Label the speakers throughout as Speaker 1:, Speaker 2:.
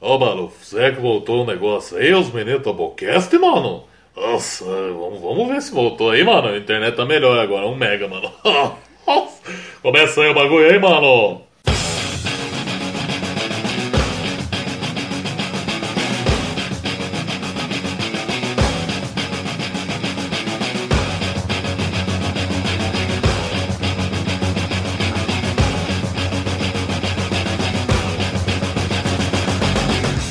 Speaker 1: Ô, Maluf, se é que voltou o negócio aí, os meninos do Bocast, mano? Nossa, vamos, vamos ver se voltou aí, mano. A internet tá melhor agora, um mega, mano. Nossa, Começa aí o bagulho aí, mano.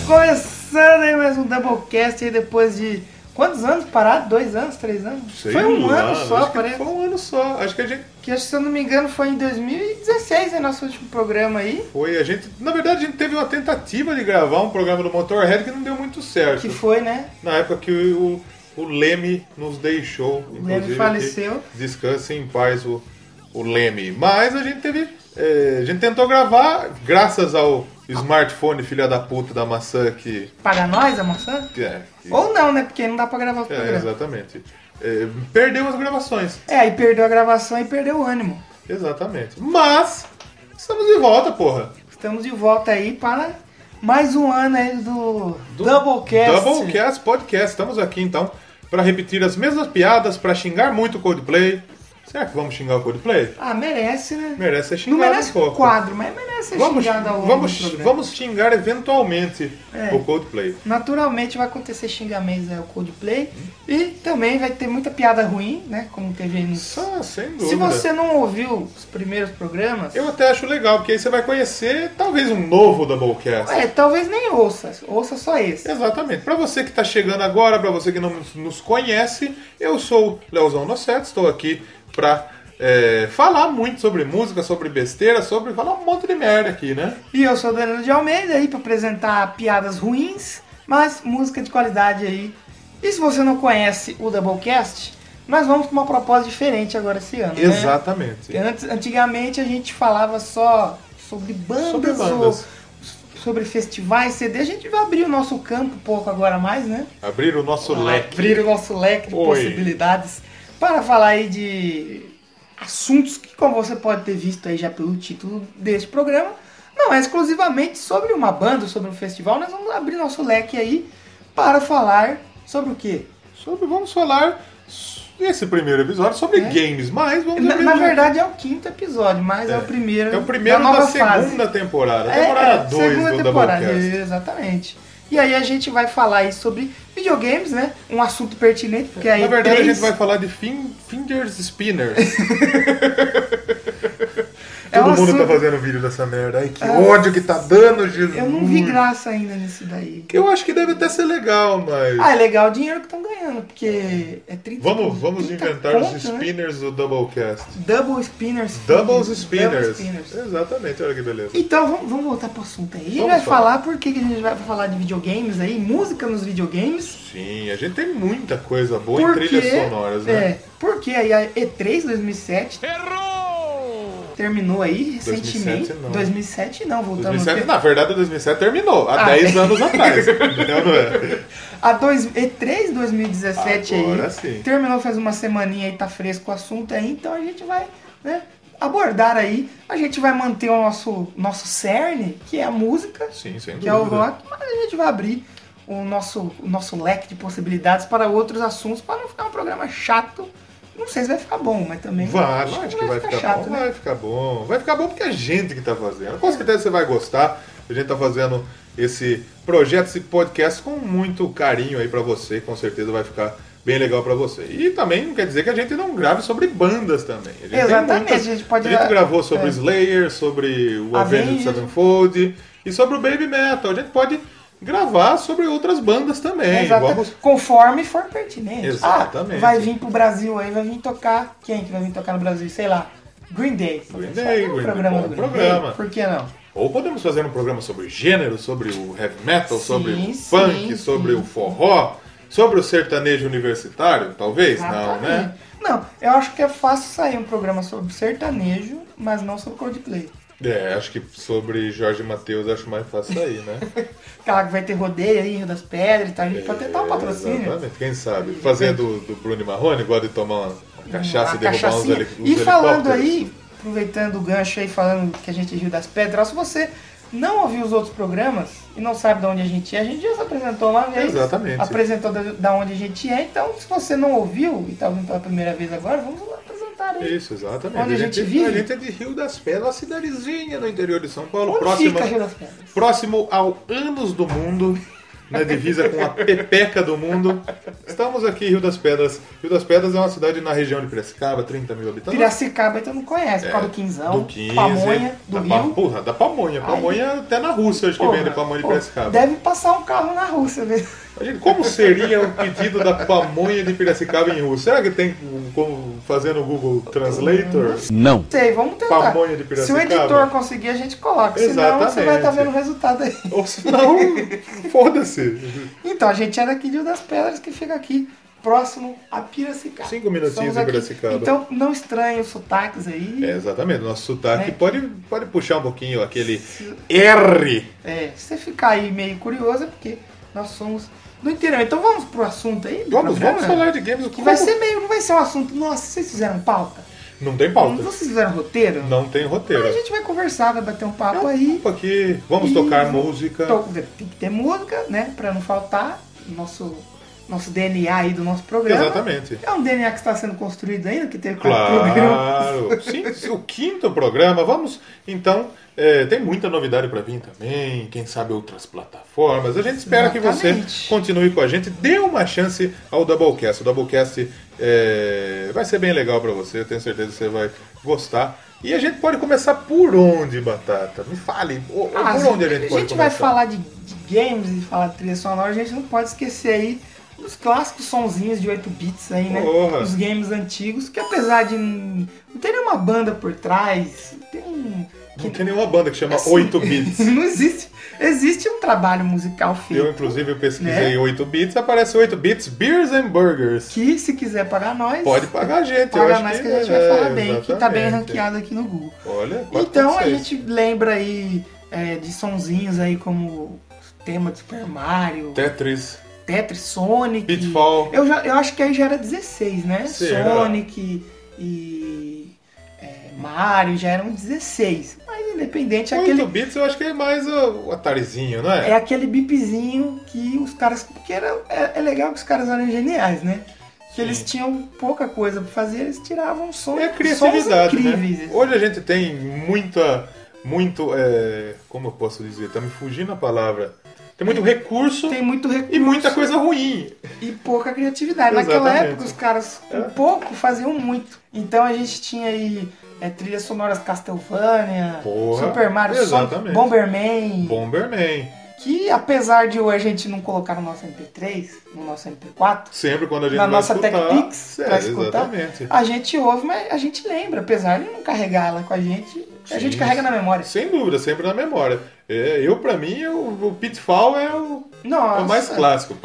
Speaker 2: Começando aí mais um Doublecast aí depois de. Quantos anos parado? Dois anos? Três anos?
Speaker 1: Sei
Speaker 2: foi um
Speaker 1: lá,
Speaker 2: ano só,
Speaker 1: acho que
Speaker 2: parece.
Speaker 1: Foi um ano só. Acho que a gente
Speaker 2: Que acho que, se eu não me engano foi em 2016, é nosso último programa aí.
Speaker 1: foi. A gente, na verdade, a gente teve uma tentativa de gravar um programa do Motorhead que não deu muito certo.
Speaker 2: Que foi, né?
Speaker 1: Na época que o, o Leme nos deixou.
Speaker 2: Leme
Speaker 1: inclusive, que
Speaker 2: faleceu.
Speaker 1: Descanse em paz o, o Leme. Mas a gente teve. é, a gente tentou gravar, graças ao smartphone filha da puta da maçã que.
Speaker 2: Para nós, a maçã?
Speaker 1: que é, que-
Speaker 2: Ou não, né? Porque não dá pra gravar o
Speaker 1: é,
Speaker 2: programa.
Speaker 1: exatamente. É, perdeu as gravações.
Speaker 2: É, aí perdeu a gravação e perdeu o ânimo.
Speaker 1: Exatamente. Mas estamos de volta, porra.
Speaker 2: Estamos de volta aí para mais um ano aí do, Doublecast.
Speaker 1: Doublecast Podcast. Estamos aqui então para repetir as mesmas piadas, para xingar muito o Coldplay. Será que vamos xingar o Coldplay?
Speaker 2: Ah, merece, né?
Speaker 1: Merece ser
Speaker 2: Não
Speaker 1: xingado um
Speaker 2: merece o
Speaker 1: pouco.
Speaker 2: quadro, mas merece ser
Speaker 1: Vamos,
Speaker 2: xingado ao longo
Speaker 1: vamos,
Speaker 2: do programa.
Speaker 1: vamos xingar eventualmente
Speaker 2: É.
Speaker 1: o Coldplay.
Speaker 2: Naturalmente vai acontecer xingamentos ao Coldplay e também vai ter muita piada ruim, né? Como teve aí nos...
Speaker 1: Ah, sem dúvida.
Speaker 2: Se você não ouviu os primeiros programas,
Speaker 1: Eu até acho legal, porque aí você vai conhecer talvez um novo Doublecast.
Speaker 2: é, talvez nem ouça, ouça só esse.
Speaker 1: Exatamente. Para você que está chegando agora, para você que não nos- nos conhece, eu sou o Leozão Nosset, estou aqui para falar muito sobre música, sobre besteira, sobre falar um monte de merda aqui, né?
Speaker 2: E eu sou o Danilo de Almeida aí para apresentar piadas ruins, mas música de qualidade aí. E se você não conhece o Doublecast, nós vamos com uma proposta diferente agora esse ano. né?
Speaker 1: Exatamente.
Speaker 2: Antes, antigamente a gente falava só sobre bandas,
Speaker 1: Sobre
Speaker 2: ou
Speaker 1: bandas.
Speaker 2: sobre festivais, CD, a gente vai abrir o nosso campo um pouco agora mais, né?
Speaker 1: Abrir o nosso leque.
Speaker 2: Abrir o nosso leque de
Speaker 1: Oi.
Speaker 2: possibilidades para falar aí de assuntos que, como você pode ter visto aí já pelo título deste programa, não é exclusivamente sobre uma banda, sobre um festival, nós vamos abrir nosso leque aí para falar sobre o quê?
Speaker 1: Sobre, vamos falar s- nesse primeiro episódio sobre
Speaker 2: É.
Speaker 1: games, mas vamos
Speaker 2: Na,
Speaker 1: abrir
Speaker 2: na
Speaker 1: o leque.
Speaker 2: verdade é o quinto episódio, mas é, o primeiro
Speaker 1: É o primeiro
Speaker 2: da
Speaker 1: da,
Speaker 2: nova fase. É,
Speaker 1: segunda temporada. Temporada 2 do Doublecast.
Speaker 2: exatamente. E aí a gente vai falar aí sobre videogames, né? Um assunto pertinente, porque aí
Speaker 1: Na verdade,
Speaker 2: três
Speaker 1: a gente vai falar de fin- Fingers Spinners.
Speaker 2: é
Speaker 1: Todo
Speaker 2: um
Speaker 1: mundo tá
Speaker 2: assunto-
Speaker 1: fazendo vídeo dessa merda. Ai, que
Speaker 2: É.
Speaker 1: ódio que tá dando, Jesus.
Speaker 2: Eu não vi graça ainda nisso daí.
Speaker 1: Eu acho que deve até ser legal, mas.
Speaker 2: Ah, é legal o dinheiro que estão ganhando, porque é 30
Speaker 1: vamos vamos
Speaker 2: 30
Speaker 1: inventar
Speaker 2: conto,
Speaker 1: os
Speaker 2: né?
Speaker 1: spinners do Doublecast.
Speaker 2: Double spinners.
Speaker 1: Doubles
Speaker 2: Double
Speaker 1: spinners.
Speaker 2: spinners.
Speaker 1: Exatamente, olha que beleza.
Speaker 2: Então, vamos, vamos voltar pro assunto aí. A gente
Speaker 1: Vamos
Speaker 2: vai
Speaker 1: falar.
Speaker 2: falar por que que a gente vai falar de videogames aí, música nos videogames.
Speaker 1: Sim, a gente tem muita coisa boa em
Speaker 2: Porque,
Speaker 1: trilhas sonoras, né?
Speaker 2: É, porque aí a E3 2007 terminou aí recentemente.
Speaker 1: 2007 não.
Speaker 2: 2007 não, voltamos
Speaker 1: 2007, na verdade, 2007 terminou, há
Speaker 2: Ah,
Speaker 1: 10 anos atrás. Entendeu? não é?
Speaker 2: A Ah, dois, E3 2017
Speaker 1: Agora
Speaker 2: aí.
Speaker 1: sim.
Speaker 2: Terminou faz uma semaninha e tá fresco o assunto aí, então a gente vai, né, abordar aí. A gente vai manter o nosso nosso cerne, que é a música,
Speaker 1: Sim, sem
Speaker 2: que é o
Speaker 1: dúvida.
Speaker 2: rock, mas a gente vai abrir o nosso, o nosso leque de possibilidades para outros assuntos, para não ficar um programa chato. Não sei se vai ficar bom, mas também
Speaker 1: Vai,
Speaker 2: não né?
Speaker 1: acho que vai ficar, bom. Vai ficar bom. Vai ficar bom porque é a gente que tá fazendo. Com certeza você vai gostar. A gente tá fazendo esse projeto, esse podcast com muito carinho aí pra você. Com certeza vai ficar bem legal pra você. E também não quer dizer que a gente não grave sobre bandas também. A gente tem
Speaker 2: Exatamente,
Speaker 1: muitas-
Speaker 2: a gente pode- É.
Speaker 1: gravou sobre Slayer, sobre o Avenged
Speaker 2: Avenged.
Speaker 1: Sevenfold e sobre o Baby Metal. A gente pode gravar sobre outras bandas também.
Speaker 2: Exata-
Speaker 1: Vamos-
Speaker 2: Conforme for pertinente.
Speaker 1: É, Exatamente.
Speaker 2: Ah, vai vir pro Brasil aí, vai vir tocar. Quem que vai vir tocar no Brasil? Sei lá. Green Day.
Speaker 1: Green
Speaker 2: Só
Speaker 1: Day,
Speaker 2: tem um
Speaker 1: Green
Speaker 2: programa
Speaker 1: Day,
Speaker 2: do
Speaker 1: bom
Speaker 2: Green
Speaker 1: programa.
Speaker 2: Day. Por que não?
Speaker 1: Ou podemos fazer um programa sobre gênero, sobre o heavy metal,
Speaker 2: Sim,
Speaker 1: sobre o
Speaker 2: sim,
Speaker 1: funk,
Speaker 2: sim.
Speaker 1: sobre o forró, sobre o sertanejo universitário, talvez? Não, né?
Speaker 2: Exatamente. Não, eu acho que é fácil sair um programa sobre sertanejo, mas não sobre Coldplay.
Speaker 1: É, acho que sobre Jorge Matheus acho mais fácil aí, né?
Speaker 2: Claro que vai ter rodeio aí, Rio das Pedras e tal. A gente pode tentar um patrocínio.
Speaker 1: Exatamente, quem sabe? Fazer do, do Bruno e Marrone, gosta de tomar uma cachaça
Speaker 2: Uma
Speaker 1: e derrubar uns,
Speaker 2: cachaçinha.
Speaker 1: heli- uns
Speaker 2: E falando
Speaker 1: helicópteros.
Speaker 2: aí, aproveitando o gancho aí, falando que a gente é Rio das Pedras, se você não ouviu os outros programas e não sabe de onde a gente é, a gente já se apresentou uma vez.
Speaker 1: Exatamente.
Speaker 2: Apresentou da, da onde a gente é, então se você não ouviu e está ouvindo pela primeira vez agora, vamos apresentar aí.
Speaker 1: Isso, exatamente.
Speaker 2: Onde a gente vive?
Speaker 1: A gente é de Rio das Pedras, uma cidadezinha no é interior de São Paulo,
Speaker 2: Onde
Speaker 1: próxima,
Speaker 2: fica Rio das Pedras?
Speaker 1: próximo ao Anos do Mundo, na divisa com a Pepeca do Mundo. Estamos aqui em Rio das Pedras. Rio das Pedras é uma cidade na região de Piracicaba, 30 mil habitantes.
Speaker 2: Piracicaba, então não conhece, por causa do Quinzão,
Speaker 1: É, do 15,
Speaker 2: Pamonha, do
Speaker 1: da,
Speaker 2: Rio.
Speaker 1: Pa- Porra, da Pamonha. Pamonha é até na Rússia, acho que
Speaker 2: Porra,
Speaker 1: vende Pamonha de
Speaker 2: porra,
Speaker 1: Piracicaba.
Speaker 2: Deve passar um carro na Rússia mesmo.
Speaker 1: Imagina, como seria o pedido da pamonha de Piracicaba em russo? Será que tem um, como fazer no Google Translator?
Speaker 3: Não.
Speaker 2: Não sei, vamos tentar.
Speaker 1: Pamonha
Speaker 2: Se
Speaker 1: de
Speaker 2: o
Speaker 1: Piracicaba?
Speaker 2: editor conseguir, a gente coloca. Senão você vai estar
Speaker 1: Exatamente.
Speaker 2: vendo o resultado aí.
Speaker 1: Ou se não, foda-se.
Speaker 2: Então, a gente é daqui de Rio das Pedras, que fica aqui, próximo a Piracicaba.
Speaker 1: Cinco minutinhos
Speaker 2: Estamos
Speaker 1: em
Speaker 2: aqui.
Speaker 1: Piracicaba.
Speaker 2: Então, não estranhe os sotaques aí.
Speaker 1: É, exatamente, nosso sotaque
Speaker 2: É.
Speaker 1: pode, pode puxar um pouquinho aquele R.
Speaker 2: É, se você ficar aí meio curioso, é porque nós somos do interior. Então, vamos pro assunto aí? do
Speaker 1: Vamos,
Speaker 2: programa?
Speaker 1: vamos falar de games.
Speaker 2: Que é. vai ser meio, não vai ser um assunto, nossa, vocês fizeram pauta?
Speaker 1: Não tem
Speaker 2: Não,
Speaker 1: pauta.
Speaker 2: vocês fizeram roteiro?
Speaker 1: Não tem roteiro.
Speaker 2: A gente vai conversar, vai bater um papo
Speaker 1: É um
Speaker 2: aí.
Speaker 1: papo aqui. Vamos
Speaker 2: E-
Speaker 1: tocar música.
Speaker 2: Então, tem que ter música, né? Pra não faltar nosso, nosso DNA aí do nosso programa.
Speaker 1: Exatamente.
Speaker 2: É um DNA que está sendo construído ainda, que teve quatro programas.
Speaker 1: Claro! Sim, o quinto programa, vamos. Então, é, tem muita novidade para vir também, quem sabe outras plataformas. A gente espera que
Speaker 2: Exatamente.
Speaker 1: você continue com a gente, dê uma chance ao Doublecast. O Doublecast é, vai ser bem legal para você, eu tenho certeza que você vai gostar. E a gente pode começar por onde, Batata? Me fale, o-
Speaker 2: Ah,
Speaker 1: por onde a gente pode começar?
Speaker 2: vai falar de, de games e falar de trilha sonora, a gente não pode esquecer aí os clássicos sonzinhos de 8 bits aí, né?
Speaker 1: Porra.
Speaker 2: Os games antigos, que apesar de n- não ter nenhuma banda por trás, tem um-
Speaker 1: Não tem nenhuma banda que chama
Speaker 2: Assim.
Speaker 1: 8 Bits.
Speaker 2: não existe, existe um trabalho musical feito.
Speaker 1: Eu, inclusive, eu pesquisei
Speaker 2: Né?
Speaker 1: 8 bits, aparece 8 bits, Beers and Burgers.
Speaker 2: Que se quiser pagar nós,
Speaker 1: Pode pagar a gente, eu
Speaker 2: paga
Speaker 1: acho
Speaker 2: nós
Speaker 1: que,
Speaker 2: que, a gente vai falar
Speaker 1: é,
Speaker 2: bem, que tá bem
Speaker 1: exatamente.
Speaker 2: ranqueado aqui no Google.
Speaker 1: Olha, quatro
Speaker 2: Então
Speaker 1: por
Speaker 2: a
Speaker 1: seis.
Speaker 2: gente lembra aí é, de sonzinhos aí como tema de Super Mario,
Speaker 1: Tetris,
Speaker 2: Tetris, Sonic.
Speaker 1: Pitfall,
Speaker 2: Eu, já, eu acho que aí já era 16, né?
Speaker 1: Será?
Speaker 2: Sonic e é, Mario já eram 16. Mas independente, é
Speaker 1: 8
Speaker 2: aquele,
Speaker 1: bits eu acho que é mais o, o Atarizinho, não
Speaker 2: é
Speaker 1: é?
Speaker 2: aquele bipzinho que os caras. Porque era, é, é legal que os caras eram geniais, né? Que eles
Speaker 1: Sim.
Speaker 2: tinham pouca coisa pra fazer, eles tiravam som,
Speaker 1: É, a
Speaker 2: sons
Speaker 1: criatividade,
Speaker 2: incríveis.
Speaker 1: né? Hoje a gente tem muita, muito, é, como eu posso dizer, tá me fugindo a palavra. Tem muito recurso
Speaker 2: Tem muito recurso.
Speaker 1: e muita coisa ruim.
Speaker 2: e pouca criatividade. Naquela
Speaker 1: Exatamente.
Speaker 2: época, os caras com
Speaker 1: É.
Speaker 2: pouco faziam muito. Então a gente tinha aí é, trilhas sonoras Castlevania,
Speaker 1: Porra,
Speaker 2: Super Mario, Sonic,
Speaker 1: exatamente.
Speaker 2: Bomberman,
Speaker 1: Bomberman,
Speaker 2: que apesar de hoje a gente não colocar no nosso MP3, no nosso MP4,
Speaker 1: sempre quando a gente
Speaker 2: Na
Speaker 1: vai
Speaker 2: nossa
Speaker 1: escutar...
Speaker 2: TechPix,
Speaker 1: é,
Speaker 2: pra escutar.
Speaker 1: Exatamente.
Speaker 2: a gente ouve, mas a gente lembra, apesar de não carregar ela com a gente, a
Speaker 1: Sim.
Speaker 2: gente carrega na memória.
Speaker 1: Sem dúvida, sempre na memória. É, eu, pra mim, o, o Pitfall é o É
Speaker 2: Nossa,
Speaker 1: o mais clássico.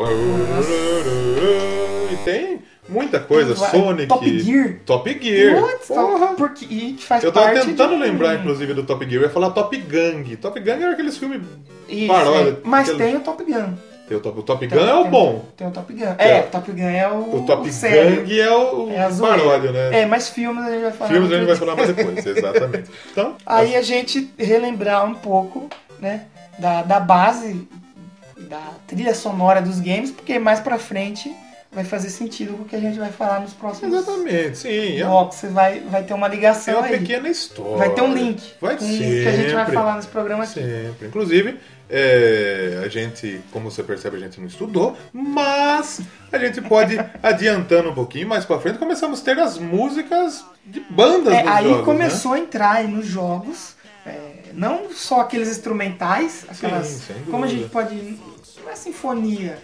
Speaker 1: E tem muita coisa.
Speaker 2: Vai-
Speaker 1: Sonic.
Speaker 2: Top Gear.
Speaker 1: Top Gear.
Speaker 2: Putz,
Speaker 1: Porra.
Speaker 2: tá- porque, e que faz
Speaker 1: Eu tava
Speaker 2: parte
Speaker 1: tentando
Speaker 2: de-
Speaker 1: lembrar, inclusive, do Top Gear. Eu ia falar Top Gang. Top Gang era aqueles filmes.
Speaker 2: Isso,
Speaker 1: paródia,
Speaker 2: é. Mas
Speaker 1: aquele-
Speaker 2: tem o Top Gun.
Speaker 1: Tem o Top, o Top
Speaker 2: Tem-
Speaker 1: Gun é o
Speaker 2: tem-
Speaker 1: bom.
Speaker 2: Tem o Top Gun.
Speaker 1: É.
Speaker 2: É, o Top Gun é o.
Speaker 1: O Top
Speaker 2: sério.
Speaker 1: Gang é o, o
Speaker 2: É a zoeira.
Speaker 1: paródia, né?
Speaker 2: É, mas filmes a gente vai falar.
Speaker 1: Filmes a gente
Speaker 2: outro
Speaker 1: vai falar mais depois, exatamente. Então,
Speaker 2: Aí a gente relembrar um pouco, né, da, da base, da trilha sonora dos games, porque mais pra frente vai fazer sentido com o que a gente vai falar nos próximos
Speaker 1: exatamente, sim. É,
Speaker 2: blocos. Você vai, vai ter uma ligação
Speaker 1: é uma
Speaker 2: aí.
Speaker 1: pequena história.
Speaker 2: Vai ter um link
Speaker 1: Vai
Speaker 2: com o que a gente vai
Speaker 1: sempre.
Speaker 2: falar nos programas aqui.
Speaker 1: Sempre. Inclusive, é, a gente, como você percebe, a gente não estudou, mas a gente pode, adiantando um pouquinho mais pra frente, começamos a ter as músicas de bandas
Speaker 2: É,
Speaker 1: nos
Speaker 2: aí
Speaker 1: jogos, né?
Speaker 2: começou a entrar aí nos jogos, é, não só aqueles instrumentais, aquelas.
Speaker 1: sem dúvida.
Speaker 2: como a gente pode. Não é sinfonia.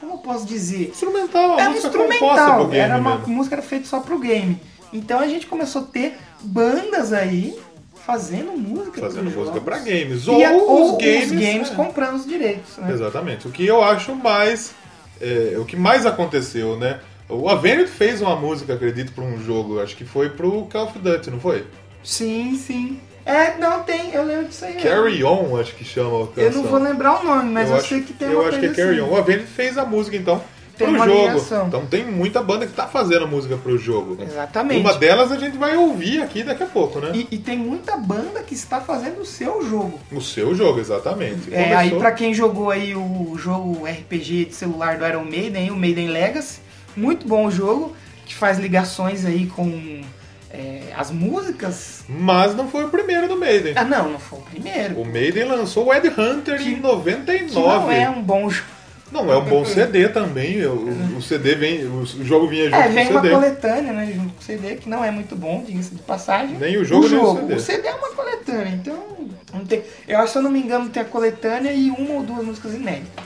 Speaker 2: Como eu posso dizer?
Speaker 1: Né? Instrumental, a
Speaker 2: era um
Speaker 1: música composta pro
Speaker 2: instrumental,
Speaker 1: game
Speaker 2: era uma
Speaker 1: mesmo.
Speaker 2: música feita só pro game. Então a gente começou a ter bandas aí fazendo música
Speaker 1: Fazendo
Speaker 2: pros
Speaker 1: música
Speaker 2: jogos.
Speaker 1: pra games.
Speaker 2: E
Speaker 1: Ou,
Speaker 2: a-
Speaker 1: os games. né?
Speaker 2: comprando os direitos, né?
Speaker 1: Exatamente. O que eu acho mais. é, o que mais aconteceu, né? O Avenged fez uma música, acredito, pra um jogo, acho que foi pro Call of Duty, não foi?
Speaker 2: Sim, sim. É, não tem, eu lembro disso aí.
Speaker 1: Carry On, acho que chama a canção.
Speaker 2: eu não É. vou lembrar o nome, mas eu,
Speaker 1: acho-
Speaker 2: sei que tem
Speaker 1: Eu
Speaker 2: uma
Speaker 1: acho que
Speaker 2: coisa
Speaker 1: é Carry
Speaker 2: assim.
Speaker 1: On. O Avenged fez a música, então.
Speaker 2: Tem
Speaker 1: pro
Speaker 2: uma
Speaker 1: jogo.
Speaker 2: ligação.
Speaker 1: Então tem muita banda que tá fazendo música pro jogo. né?
Speaker 2: Exatamente.
Speaker 1: Uma delas a gente vai ouvir aqui daqui a pouco, né?
Speaker 2: E, e tem muita banda que está fazendo o seu jogo.
Speaker 1: O seu jogo, exatamente.
Speaker 2: É,
Speaker 1: Começou-
Speaker 2: aí pra quem jogou aí o jogo RPG de celular do Iron Maiden, o Maiden Legacy, muito bom o jogo, que faz ligações aí com é, as músicas.
Speaker 1: Mas não foi o primeiro do Maiden.
Speaker 2: Ah não, não foi o primeiro.
Speaker 1: O Maiden lançou o Ed Hunter
Speaker 2: Que- é
Speaker 1: em
Speaker 2: Que
Speaker 1: 99.
Speaker 2: não é um bom jogo.
Speaker 1: Não, é um bom CD também. O, o CD vem, o, o jogo vinha junto
Speaker 2: É, vem
Speaker 1: com o
Speaker 2: uma
Speaker 1: CD.
Speaker 2: coletânea, né, junto com o CD, que não é muito bom, diga-se de passagem.
Speaker 1: Nem o jogo,
Speaker 2: o
Speaker 1: nem o
Speaker 2: jogo.
Speaker 1: CD.
Speaker 2: O CD é uma coletânea, então não tem. Eu acho, se eu não me engano, tem a coletânea e uma ou duas músicas inéditas.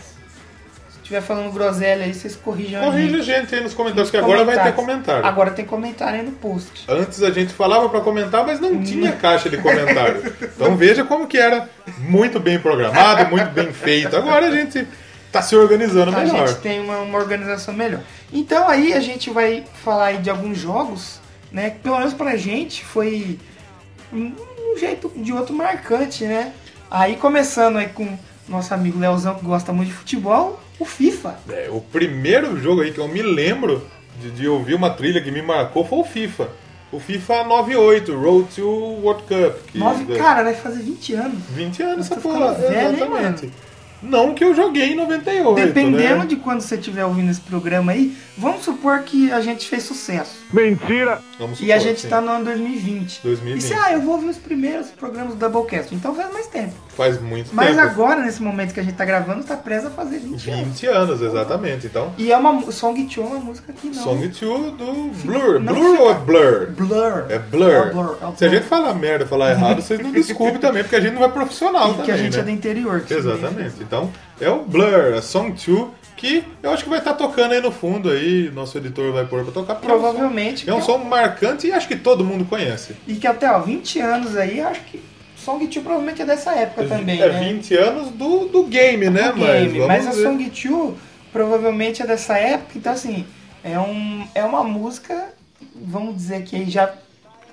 Speaker 2: Se estiver falando groselha aí, vocês corrijam. a
Speaker 1: Corrija a
Speaker 2: gente.
Speaker 1: gente aí nos comentários, que agora vai ter
Speaker 2: Comentários.
Speaker 1: comentário.
Speaker 2: Agora tem comentário aí no post.
Speaker 1: Antes a gente falava pra comentar, mas não tinha caixa de comentário. Então veja como que era muito bem programado, muito bem feito. Agora a gente tá se organizando
Speaker 2: A
Speaker 1: melhor.
Speaker 2: gente tem uma, uma organização melhor. Então aí a gente vai falar aí de alguns jogos, né? Que pelo menos pra gente foi um um jeito de outro marcante, né? Aí começando aí com nosso amigo Leozão, que gosta muito de futebol, o FIFA.
Speaker 1: É, o primeiro jogo aí que eu me lembro de, de ouvir uma trilha que me marcou foi o FIFA. O FIFA 98, Road to World Cup. que-
Speaker 2: Nove, cara, vai fazer 20 anos.
Speaker 1: 20 anos
Speaker 2: Você
Speaker 1: essa
Speaker 2: ficando
Speaker 1: porra.
Speaker 2: velho, hein,
Speaker 1: exatamente. não que eu joguei em 98.
Speaker 2: Dependendo
Speaker 1: né?
Speaker 2: de quando você estiver ouvindo esse programa aí, vamos supor que a gente fez sucesso.
Speaker 1: Vamos
Speaker 2: e a
Speaker 1: supor,
Speaker 2: gente
Speaker 1: sim.
Speaker 2: tá no ano 2020.
Speaker 1: 2020.
Speaker 2: E se, ah, eu vou ouvir os primeiros programas do Doublecast. Então faz mais tempo.
Speaker 1: Faz muito
Speaker 2: Mas
Speaker 1: tempo.
Speaker 2: agora, nesse momento que a gente tá gravando, tá preso a fazer 20 anos.
Speaker 1: 20 anos, exatamente. Então,
Speaker 2: E é uma mu- Song Tio é uma música que não.
Speaker 1: Song 2 um do Blur.
Speaker 2: não
Speaker 1: Blur
Speaker 2: fica-
Speaker 1: ou é Blur?
Speaker 2: Blur.
Speaker 1: É Blur.
Speaker 2: É o Blur, é o
Speaker 1: Se a
Speaker 2: Blur.
Speaker 1: gente falar merda, falar errado, vocês não desculpem também, porque a gente não é profissional
Speaker 2: E
Speaker 1: também,
Speaker 2: que a gente
Speaker 1: né?
Speaker 2: é do interior. que
Speaker 1: Exatamente.
Speaker 2: né?
Speaker 1: Então, é o Blur, a Song 2, que eu acho que vai estar tocando aí no fundo aí, nosso editor vai pôr pra tocar. porque é um som-
Speaker 2: Provavelmente.
Speaker 1: É um som marcante e acho que todo mundo conhece.
Speaker 2: E que até, ó, 20 anos aí, acho que Song Tio provavelmente é dessa época também,
Speaker 1: é
Speaker 2: né?
Speaker 1: 20 anos do, do game, né?
Speaker 2: do game,
Speaker 1: vamos
Speaker 2: mas, a
Speaker 1: ver.
Speaker 2: Song 2 provavelmente é dessa época, então assim, é, um, é uma música, vamos dizer que aí já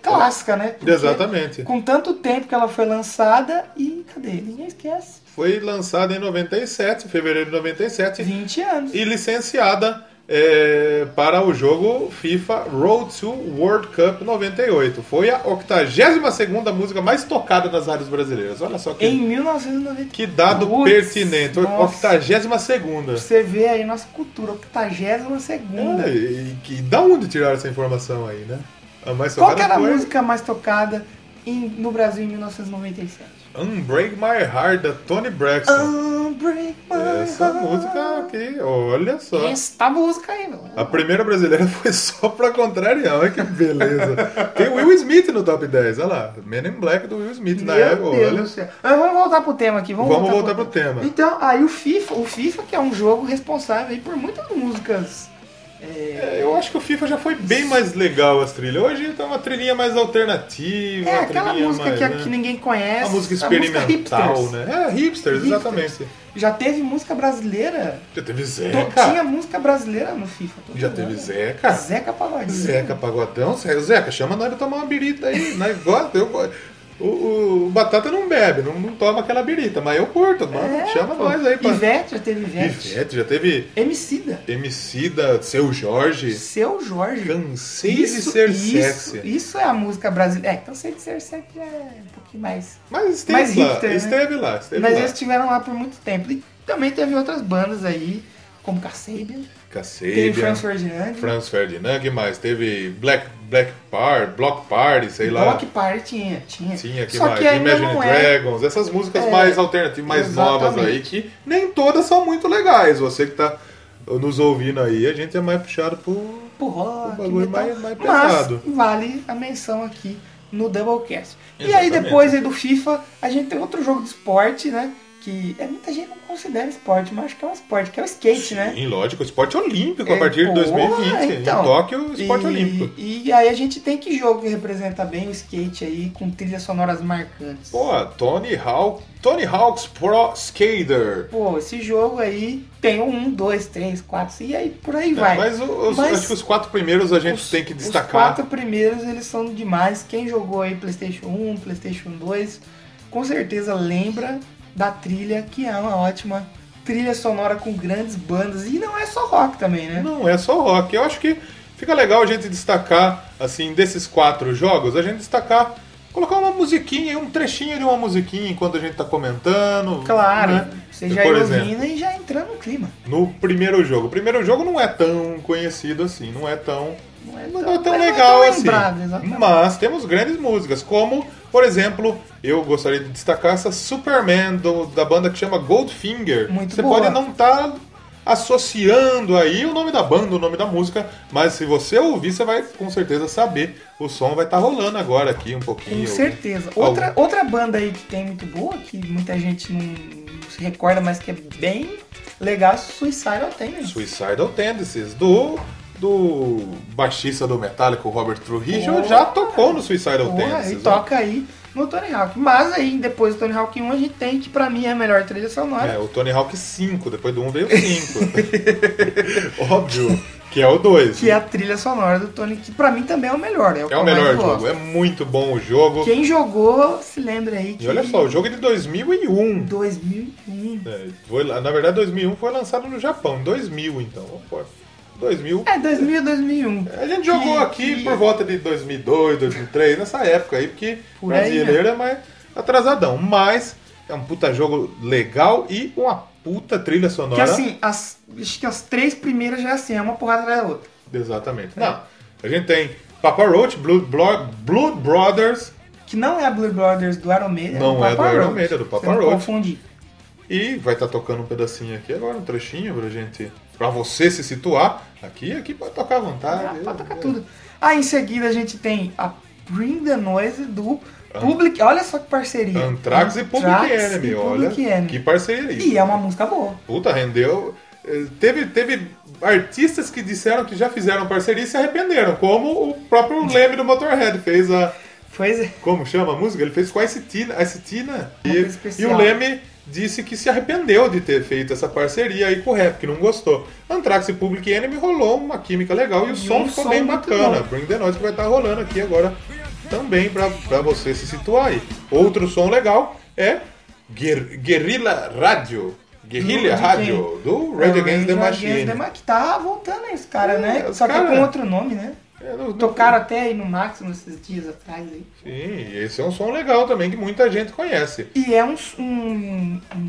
Speaker 2: clássica, né? Porque
Speaker 1: Exatamente.
Speaker 2: Com tanto tempo que ela foi lançada e cadê? Ninguém esquece.
Speaker 1: Foi lançada em 97, fevereiro de 97,
Speaker 2: 20 anos.
Speaker 1: e licenciada é, para o jogo FIFA Road to World Cup 98. Foi a 82ª música mais tocada nas rádios brasileiras. Olha só que,
Speaker 2: Em 1990.
Speaker 1: que dado
Speaker 2: Putz,
Speaker 1: pertinente.
Speaker 2: nossa.
Speaker 1: 82ª.
Speaker 2: Você vê aí nossa cultura, 82
Speaker 1: É,
Speaker 2: segunda.
Speaker 1: e, que- da onde tiraram essa informação aí, né? A mais
Speaker 2: Qual
Speaker 1: tocada
Speaker 2: que era a
Speaker 1: foi
Speaker 2: música mais tocada em- no Brasil em 1997?
Speaker 1: Unbreak My Heart, da Tony Braxton.
Speaker 2: Unbreak my
Speaker 1: Essa
Speaker 2: heart.
Speaker 1: música aqui, olha só.
Speaker 2: Essa música aí, meu.
Speaker 1: A primeira brasileira foi só pra contrariar, olha que beleza. Tem o Will Smith no top 10, olha lá. Men in Black do Will Smith na
Speaker 2: Meu
Speaker 1: época,
Speaker 2: Deus
Speaker 1: olha.
Speaker 2: do céu. Mas vamos voltar pro tema aqui. Vamos,
Speaker 1: Vamos
Speaker 2: voltar,
Speaker 1: voltar pro tema.
Speaker 2: Então, aí o FIFA, o FIFA que é um jogo responsável aí por muitas músicas. É,
Speaker 1: É, Eu acho que o FIFA já foi bem mais legal as trilhas. Hoje tá uma trilhinha mais alternativa.
Speaker 2: é
Speaker 1: uma
Speaker 2: aquela
Speaker 1: trilhinha
Speaker 2: música
Speaker 1: mais,
Speaker 2: que,
Speaker 1: né?
Speaker 2: que ninguém conhece.
Speaker 1: A música experimental,
Speaker 2: hipsters.
Speaker 1: né? É, hipsters,
Speaker 2: Hipsters.
Speaker 1: exatamente.
Speaker 2: Já teve música brasileira.
Speaker 1: Já teve
Speaker 2: To-
Speaker 1: Zeca.
Speaker 2: Tinha música brasileira no FIFA. tô
Speaker 1: É, Já
Speaker 2: falando.
Speaker 1: teve Zeca.
Speaker 2: Zeca Pagodinho.
Speaker 1: Zeca Pagodão, sério, Zeca, chama nós pra tomar uma birita aí. Nós gosta, eu gosto. O, o- o Batata não bebe, não, não toma aquela birita, mas eu curto, mano.
Speaker 2: É,
Speaker 1: chama
Speaker 2: pô.
Speaker 1: nós aí pra.
Speaker 2: Ivete, já teve Ivete.
Speaker 1: Ivete, é, já teve
Speaker 2: Emicida.
Speaker 1: MC da Seu Jorge.
Speaker 2: Seu Jorge.
Speaker 1: Cansei de ser
Speaker 2: isso,
Speaker 1: sexy.
Speaker 2: isso é a música brasileira. É, então sei de ser sexy é um pouquinho mais.
Speaker 1: Mas esteve
Speaker 2: Mais
Speaker 1: lá,
Speaker 2: hipster, né?
Speaker 1: esteve lá, esteve
Speaker 2: Mas
Speaker 1: lá.
Speaker 2: eles estiveram lá por muito tempo. E também teve outras bandas aí, como Kasabian, teve
Speaker 1: Cacete.
Speaker 2: Franz Ferdinand,
Speaker 1: Franz Ferdinand, que mais? Teve Black, Black Party, Block Party, sei lá.
Speaker 2: Rock Party tinha, tinha.
Speaker 1: Tinha que
Speaker 2: Só
Speaker 1: mais.
Speaker 2: que ainda
Speaker 1: Imagine
Speaker 2: não é.
Speaker 1: Dragons, essas músicas
Speaker 2: É,
Speaker 1: mais alternativas, mais novas
Speaker 2: exatamente.
Speaker 1: aí, que nem todas são muito legais. Você que tá nos ouvindo aí, a gente é mais puxado por.
Speaker 2: Pro rock,
Speaker 1: Um bagulho
Speaker 2: metal.
Speaker 1: mais- mais
Speaker 2: Mas
Speaker 1: pesado.
Speaker 2: vale a menção aqui no Doublecast. E aí
Speaker 1: Exatamente.
Speaker 2: depois aí do FIFA, a gente tem outro jogo de esporte, né? Que é, muita gente não considera esporte, mas acho que é um esporte, que é o skate, né?
Speaker 1: Sim, lógico, esporte olímpico a
Speaker 2: É,
Speaker 1: partir de
Speaker 2: porra,
Speaker 1: 2020.
Speaker 2: então.
Speaker 1: Em Tóquio, esporte
Speaker 2: e,
Speaker 1: olímpico.
Speaker 2: E aí a gente tem que jogo que representa bem o skate aí, com trilhas sonoras marcantes.
Speaker 1: Pô, Tony Hawk. Tony Hawk's Pro Skater.
Speaker 2: Pô, esse jogo aí tem um, dois, três, quatro, e aí por aí vai.
Speaker 1: É, Mas, os,
Speaker 2: Mas
Speaker 1: acho que os quatro primeiros a gente
Speaker 2: Os-
Speaker 1: tem que
Speaker 2: Os
Speaker 1: destacar.
Speaker 2: quatro primeiros eles são demais. Quem jogou aí PlayStation 1, PlayStation 2, com certeza lembra da trilha, que é uma ótima trilha sonora com grandes bandas. E não é só rock também, né?
Speaker 1: Não é só rock. Eu acho que fica legal a gente destacar, assim, desses quatro jogos, a gente destacar, colocar uma musiquinha, um trechinho de uma musiquinha enquanto a gente tá comentando.
Speaker 2: Claro,
Speaker 1: né?
Speaker 2: você já
Speaker 1: Por
Speaker 2: ir
Speaker 1: exemplo.
Speaker 2: ouvindo e já entrando no clima.
Speaker 1: No primeiro jogo. O primeiro jogo não é tão conhecido assim, não é tão.
Speaker 2: Não é
Speaker 1: Não
Speaker 2: tão-
Speaker 1: é tão
Speaker 2: não é
Speaker 1: legal
Speaker 2: tão
Speaker 1: assim.
Speaker 2: lembrado, exatamente.
Speaker 1: Mas temos grandes músicas, como, por exemplo, eu gostaria de destacar essa Superman do- da banda que chama Goldfinger.
Speaker 2: Muito
Speaker 1: você
Speaker 2: boa.
Speaker 1: pode não estar associando aí o nome da banda, o nome da música, mas se você ouvir, você vai com certeza saber. O som vai estar rolando agora aqui um pouquinho.
Speaker 2: Com certeza.
Speaker 1: Algum-
Speaker 2: Outra, outra banda aí que tem muito boa, que muita gente não se recorda, mas que é bem legal, é Suicidal Tennis.
Speaker 1: Suicidal Tendencies, do, do baixista do Metallica, o Robert Trujillo,
Speaker 2: Porra.
Speaker 1: já tocou no Suicidal
Speaker 2: Porra, e
Speaker 1: Tendencies. né?
Speaker 2: toca aí no Tony Hawk. Mas aí, depois do Tony Hawk 1, a gente tem que, pra mim, é a melhor trilha sonora.
Speaker 1: É, o Tony Hawk 5, depois do 1 veio o 5. Óbvio que é o 2.
Speaker 2: Que é a trilha sonora do Tony, que pra mim também é o melhor. É o, que
Speaker 1: É o
Speaker 2: eu mais
Speaker 1: melhor
Speaker 2: gosto.
Speaker 1: jogo, é muito bom o jogo.
Speaker 2: Quem jogou, se lembra aí que.
Speaker 1: E olha só, o jogo é de 2001.
Speaker 2: 2001.
Speaker 1: É, foi lá- na verdade, 2001 foi lançado no Japão, 2000 então. pô, 2000.
Speaker 2: É, 2000, 2001.
Speaker 1: A gente jogou
Speaker 2: Que-
Speaker 1: aqui
Speaker 2: que-
Speaker 1: por volta de 2002, 2003, nessa época aí, porque
Speaker 2: Por aí, né?
Speaker 1: brasileiro é mais atrasadão. Mas é um puta jogo legal e uma puta trilha sonora.
Speaker 2: Que assim, as, acho que as três primeiras já é assim, é uma porrada atrás da outra.
Speaker 1: Exatamente. Não, a gente tem Papa Roach, Blood, Bro- Blood Brothers
Speaker 2: Que não é a Blue Brothers do Iron Maiden,
Speaker 1: Não é
Speaker 2: do Papa
Speaker 1: do Iron
Speaker 2: Roach.
Speaker 1: Maiden, é do Papa
Speaker 2: Você não
Speaker 1: Roach.
Speaker 2: confunde.
Speaker 1: e vai estar tocando um pedacinho aqui agora, um trechinho pra gente, pra você se situar. Aqui, aqui pode tocar à
Speaker 2: Ah,
Speaker 1: vontade.
Speaker 2: pode tocar tudo. Aí em seguida a gente tem a Bring the Noise do Public. Olha só que parceria.
Speaker 1: Ah. Anthrax e Public
Speaker 2: Anthrax
Speaker 1: Enemy,
Speaker 2: e
Speaker 1: olha.
Speaker 2: Public Enemy.
Speaker 1: Que parceria.
Speaker 2: E é uma música boa.
Speaker 1: Puta, rendeu. Eh, Teve, teve artistas que disseram que já fizeram parceria e se arrependeram, como o próprio Leme do Motorhead fez a.
Speaker 2: Pois é.
Speaker 1: Como chama a música? Ele fez com a Icetina. A Icetina
Speaker 2: coisa
Speaker 1: e, e
Speaker 2: especial.
Speaker 1: o Leme disse que se arrependeu de ter feito essa parceria aí com o rap, que não gostou. Anthrax e Public Enemy rolou uma química legal e o
Speaker 2: E
Speaker 1: som
Speaker 2: um
Speaker 1: ficou
Speaker 2: som
Speaker 1: bem
Speaker 2: muito
Speaker 1: bacana.
Speaker 2: bom.
Speaker 1: Bring the Noise que vai estar rolando aqui agora também pra, pra você se situar aí. Outro som legal é Guer Guerrilla Radio. Guerrilla
Speaker 2: Do- Hum, de Ah,
Speaker 1: Radio, do Red Against the Machine.
Speaker 2: É Against the Ma- Que tá voltando aí os caras,
Speaker 1: É,
Speaker 2: né?
Speaker 1: os
Speaker 2: Só que é
Speaker 1: cara-
Speaker 2: com outro nome, né?
Speaker 1: É, não- não-
Speaker 2: Tocaram até aí no Máximo esses dias atrás aí.
Speaker 1: Sim, esse é um som legal também que muita gente conhece.
Speaker 2: E é um, um- um-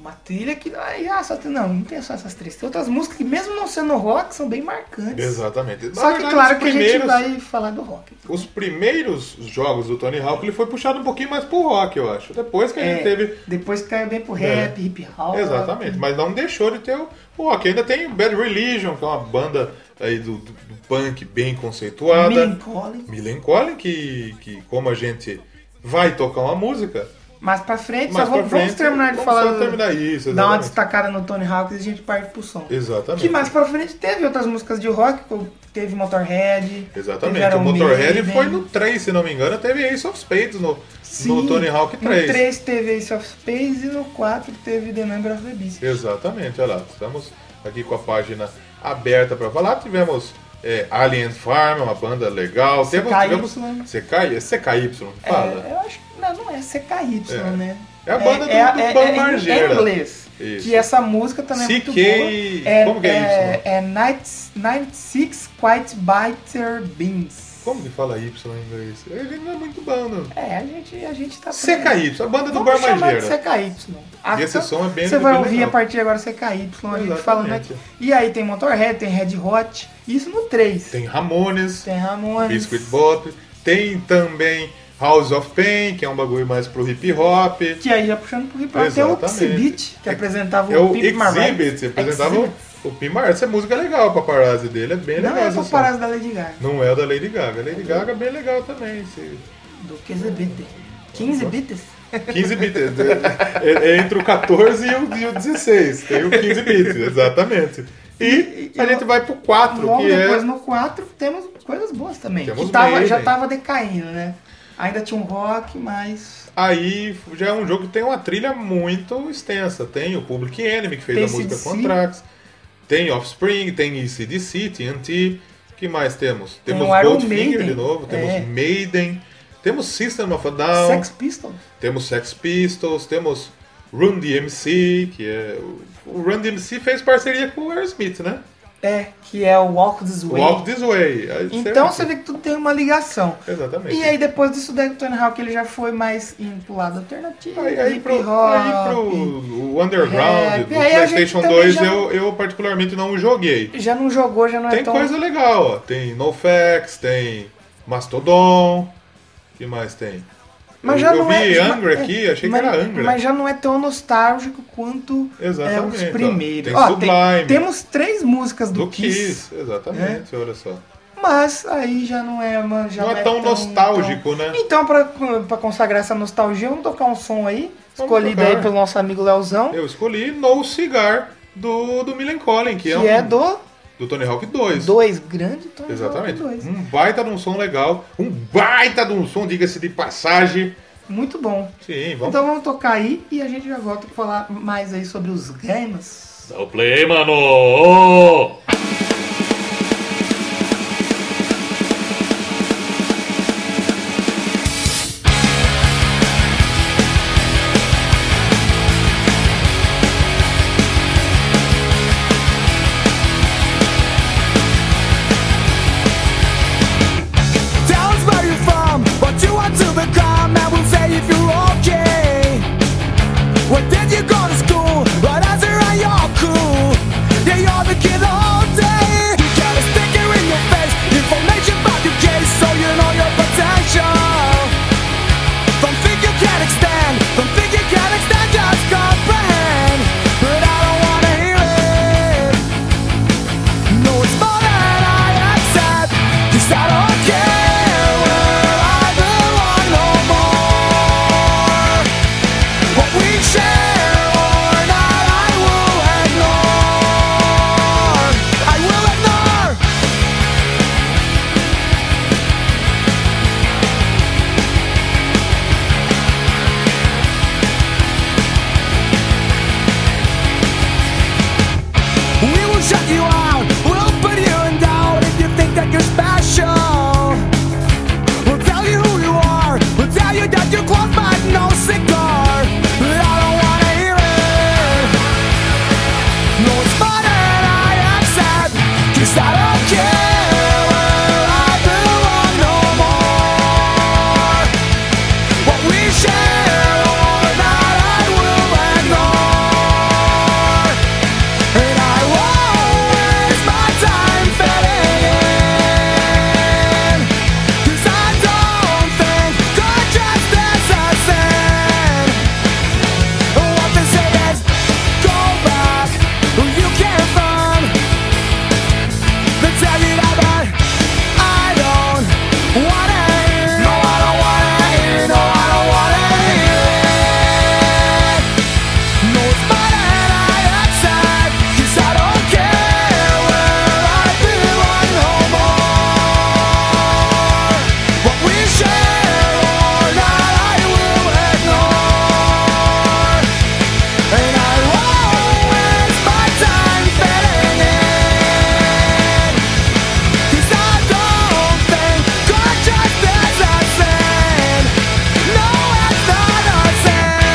Speaker 2: uma trilha que não é, ah, só tem, não, não tem só essas três. Tem outras músicas que mesmo não sendo rock são bem marcantes.
Speaker 1: Exatamente. Na
Speaker 2: Só que
Speaker 1: verdade,
Speaker 2: claro
Speaker 1: os
Speaker 2: que a gente
Speaker 1: primeiros-
Speaker 2: vai falar do rock.
Speaker 1: os primeiros jogos do Tony Hawk, ele foi puxado um pouquinho mais pro rock, eu acho. Depois que a gente
Speaker 2: É,
Speaker 1: teve.
Speaker 2: Depois caiu bem pro
Speaker 1: É.
Speaker 2: rap, hip hop.
Speaker 1: Exatamente, mas não deixou de ter o o rock. Ainda tem o Bad Religion, que é uma banda aí do, do- do punk bem conceituada.
Speaker 2: Melancholy.
Speaker 1: Millencolin, que, que como a gente vai tocar uma música,
Speaker 2: Mais pra frente,
Speaker 1: mais
Speaker 2: só vamos,
Speaker 1: pra frente,
Speaker 2: vamos terminar de
Speaker 1: vamos
Speaker 2: falar.
Speaker 1: só
Speaker 2: do-
Speaker 1: terminar isso,
Speaker 2: dar uma
Speaker 1: exatamente.
Speaker 2: destacada no Tony Hawk e a gente parte pro som.
Speaker 1: Exatamente.
Speaker 2: Que mais pra frente teve outras músicas de rock, como teve Motorhead. teve
Speaker 1: Exatamente,
Speaker 2: Iron
Speaker 1: o Motorhead
Speaker 2: Maiden.
Speaker 1: foi no 3, se não me engano, teve Ace of Spades no, no Tony Hawk
Speaker 2: No
Speaker 1: 3.
Speaker 2: 3 teve Ace of Space e no 4 teve The Number of the Beast.
Speaker 1: Exatamente, olha lá. Estamos aqui com a página aberta para falar. Tivemos é, Alien Farm, uma banda legal. Temos,
Speaker 2: CKY.
Speaker 1: tivemos CKY, é CKY,
Speaker 2: É,
Speaker 1: fala.
Speaker 2: eu acho que não, não é CKY,
Speaker 1: É.
Speaker 2: né?
Speaker 1: É a banda do- do Pan Margera.
Speaker 2: É inglês.
Speaker 1: Isso.
Speaker 2: Que essa música também é muito
Speaker 1: CK,
Speaker 2: boa. É,
Speaker 1: como que é
Speaker 2: é,
Speaker 1: Y?
Speaker 2: é Nights- 96 Quite Biter Beans.
Speaker 1: Como que fala Y em inglês? Ele não é muito bom, não.
Speaker 2: É, a gente, a gente tá...
Speaker 1: CKY, a banda do
Speaker 2: Vamos chamar de
Speaker 1: Barmageira.
Speaker 2: CKY.
Speaker 1: E esse
Speaker 2: Então,
Speaker 1: som é bem
Speaker 2: Você vai
Speaker 1: bem
Speaker 2: ouvir
Speaker 1: legal.
Speaker 2: a partir de agora CKY, a gente
Speaker 1: Exatamente.
Speaker 2: falando aqui. E aí tem Motorhead, tem Red Hot, isso no 3.
Speaker 1: Tem Ramones,
Speaker 2: Tem Ramones.
Speaker 1: Biscuit Bop, tem também House of Pain, que é um bagulho mais pro hip hop.
Speaker 2: Que aí já puxando pro hip hop. Tem o
Speaker 1: Exatamente.
Speaker 2: Exhibit, que apresentava
Speaker 1: É
Speaker 2: Então, o
Speaker 1: o
Speaker 2: Pimp My Ride.
Speaker 1: Exhibit, apresentava
Speaker 2: Exhibit.
Speaker 1: o- o Pimar. Essa música é legal, a paparazzi dele é bem
Speaker 2: Não
Speaker 1: legal.
Speaker 2: é
Speaker 1: esse
Speaker 2: o
Speaker 1: som.
Speaker 2: paparazzo da Lady Gaga,
Speaker 1: Não é o da Lady Gaga. A Lady Gaga é bem legal também. esse-
Speaker 2: do que Exhibit. 15 bits?
Speaker 1: 15 bits. é- É, é entre o 14 e o, e o 16. Tem o 15 bits, exatamente. E a gente vai pro 4,
Speaker 2: Logo
Speaker 1: que
Speaker 2: depois
Speaker 1: é.
Speaker 2: no 4 temos coisas boas também.
Speaker 1: Temos
Speaker 2: que tava-
Speaker 1: Maiden.
Speaker 2: já tava decaindo, né? Ainda tinha um rock, mas
Speaker 1: Aí já é um jogo que tem uma trilha muito extensa. Tem o Public Enemy, que fez
Speaker 2: Tem
Speaker 1: a música
Speaker 2: AC/DC.
Speaker 1: Contracts. Tem Offspring, tem ECDC, TNT. que mais temos?
Speaker 2: Tem
Speaker 1: Temos
Speaker 2: o Iron
Speaker 1: Goldfinger
Speaker 2: Maiden.
Speaker 1: de novo, temos
Speaker 2: É.
Speaker 1: Maiden, temos System of a Down.
Speaker 2: Sex Pistols.
Speaker 1: Temos Sex Pistols, temos Run DMC, que é. O o Run DMC fez parceria com o Aerosmith, né?
Speaker 2: É, que é o Walk This Way.
Speaker 1: Walk This Way. Aí,
Speaker 2: então você
Speaker 1: certo.
Speaker 2: vê que tudo tem uma ligação.
Speaker 1: Exatamente.
Speaker 2: E aí depois disso, daí o Tony Hawk ele já foi mais indo pro lado alternativo,
Speaker 1: Aí, aí
Speaker 2: hip
Speaker 1: pro,
Speaker 2: hop.
Speaker 1: aí pro o Underground,
Speaker 2: rap,
Speaker 1: do
Speaker 2: aí a gente
Speaker 1: PlayStation
Speaker 2: também
Speaker 1: 2,
Speaker 2: já-
Speaker 1: eu, eu particularmente não joguei.
Speaker 2: Já não jogou, já não é
Speaker 1: Tem
Speaker 2: tão...
Speaker 1: coisa legal, ó. Tem NoFX, tem Mastodon. que mais tem?
Speaker 2: Mas
Speaker 1: eu
Speaker 2: já
Speaker 1: eu
Speaker 2: não
Speaker 1: vi
Speaker 2: é-
Speaker 1: Angra
Speaker 2: mas-
Speaker 1: aqui, achei
Speaker 2: mas,
Speaker 1: que era Angra.
Speaker 2: Mas já não é tão nostálgico quanto é,
Speaker 1: Exatamente.
Speaker 2: os
Speaker 1: ó.
Speaker 2: primeiros.
Speaker 1: Tem
Speaker 2: Ó, tem-
Speaker 1: Sublime,
Speaker 2: temos três músicas do,
Speaker 1: do Kiss. Exatamente, olha só.
Speaker 2: mas aí já não é, mano, já
Speaker 1: não é tão, nostálgico, né?
Speaker 2: Então, pra, pra consagrar essa nostalgia, vamos tocar um som aí, escolhido
Speaker 1: tocar.
Speaker 2: aí pelo nosso amigo Leozão,
Speaker 1: Eu escolhi No Cigar do, do Millen Collin, que,
Speaker 2: que
Speaker 1: é, um,
Speaker 2: é do
Speaker 1: do Tony Hawk 2.
Speaker 2: dois grande
Speaker 1: É
Speaker 2: Tom Jobim
Speaker 1: Exatamente.
Speaker 2: dois.
Speaker 1: Um baita de um som legal. Um baita de um som, diga-se de passagem.
Speaker 2: Muito bom.
Speaker 1: Sim, vamos.
Speaker 2: Então vamos tocar aí e a gente já volta pra falar mais aí sobre os games.
Speaker 1: Dá o play, mano!
Speaker 3: Tell us where you're from, what you want to become, and we'll say if you're okay. Where did you go to school? What answer are you cool? Yeah, you're the kid the whole day. You got a sticker in your face, information about your case, so you know your potential. Don't think you can extend, don't think you can extend, just comprehend. But I don't wanna hear it. No, it's more than I accept. 'Cause I don't care where I belong no more. What we share or not, I will ignore. I will ignore. We will shut you out. We'll put you in doubt if you think that you're special. We'll tell you who you are. We'll tell you that you're close but no cigar. But I don't wanna hear it. No, it's more than I accept. 'Cause I don't care where I belong no more. What we share or not, I will ignore. And I won't waste my time fitting in. 'Cause I don't think God just is a sin. What they say is, go back where you came from. They tell you that, but I don't wanna hear. No, I don't wanna hear. No, I don't wanna hear it. No, it's better I accept 'cause I don't care where I belong no more. What we share or not, I will ignore, and I won't waste my time fitting in. 'Cause I don't think God just is a sin. No, it's not a sin.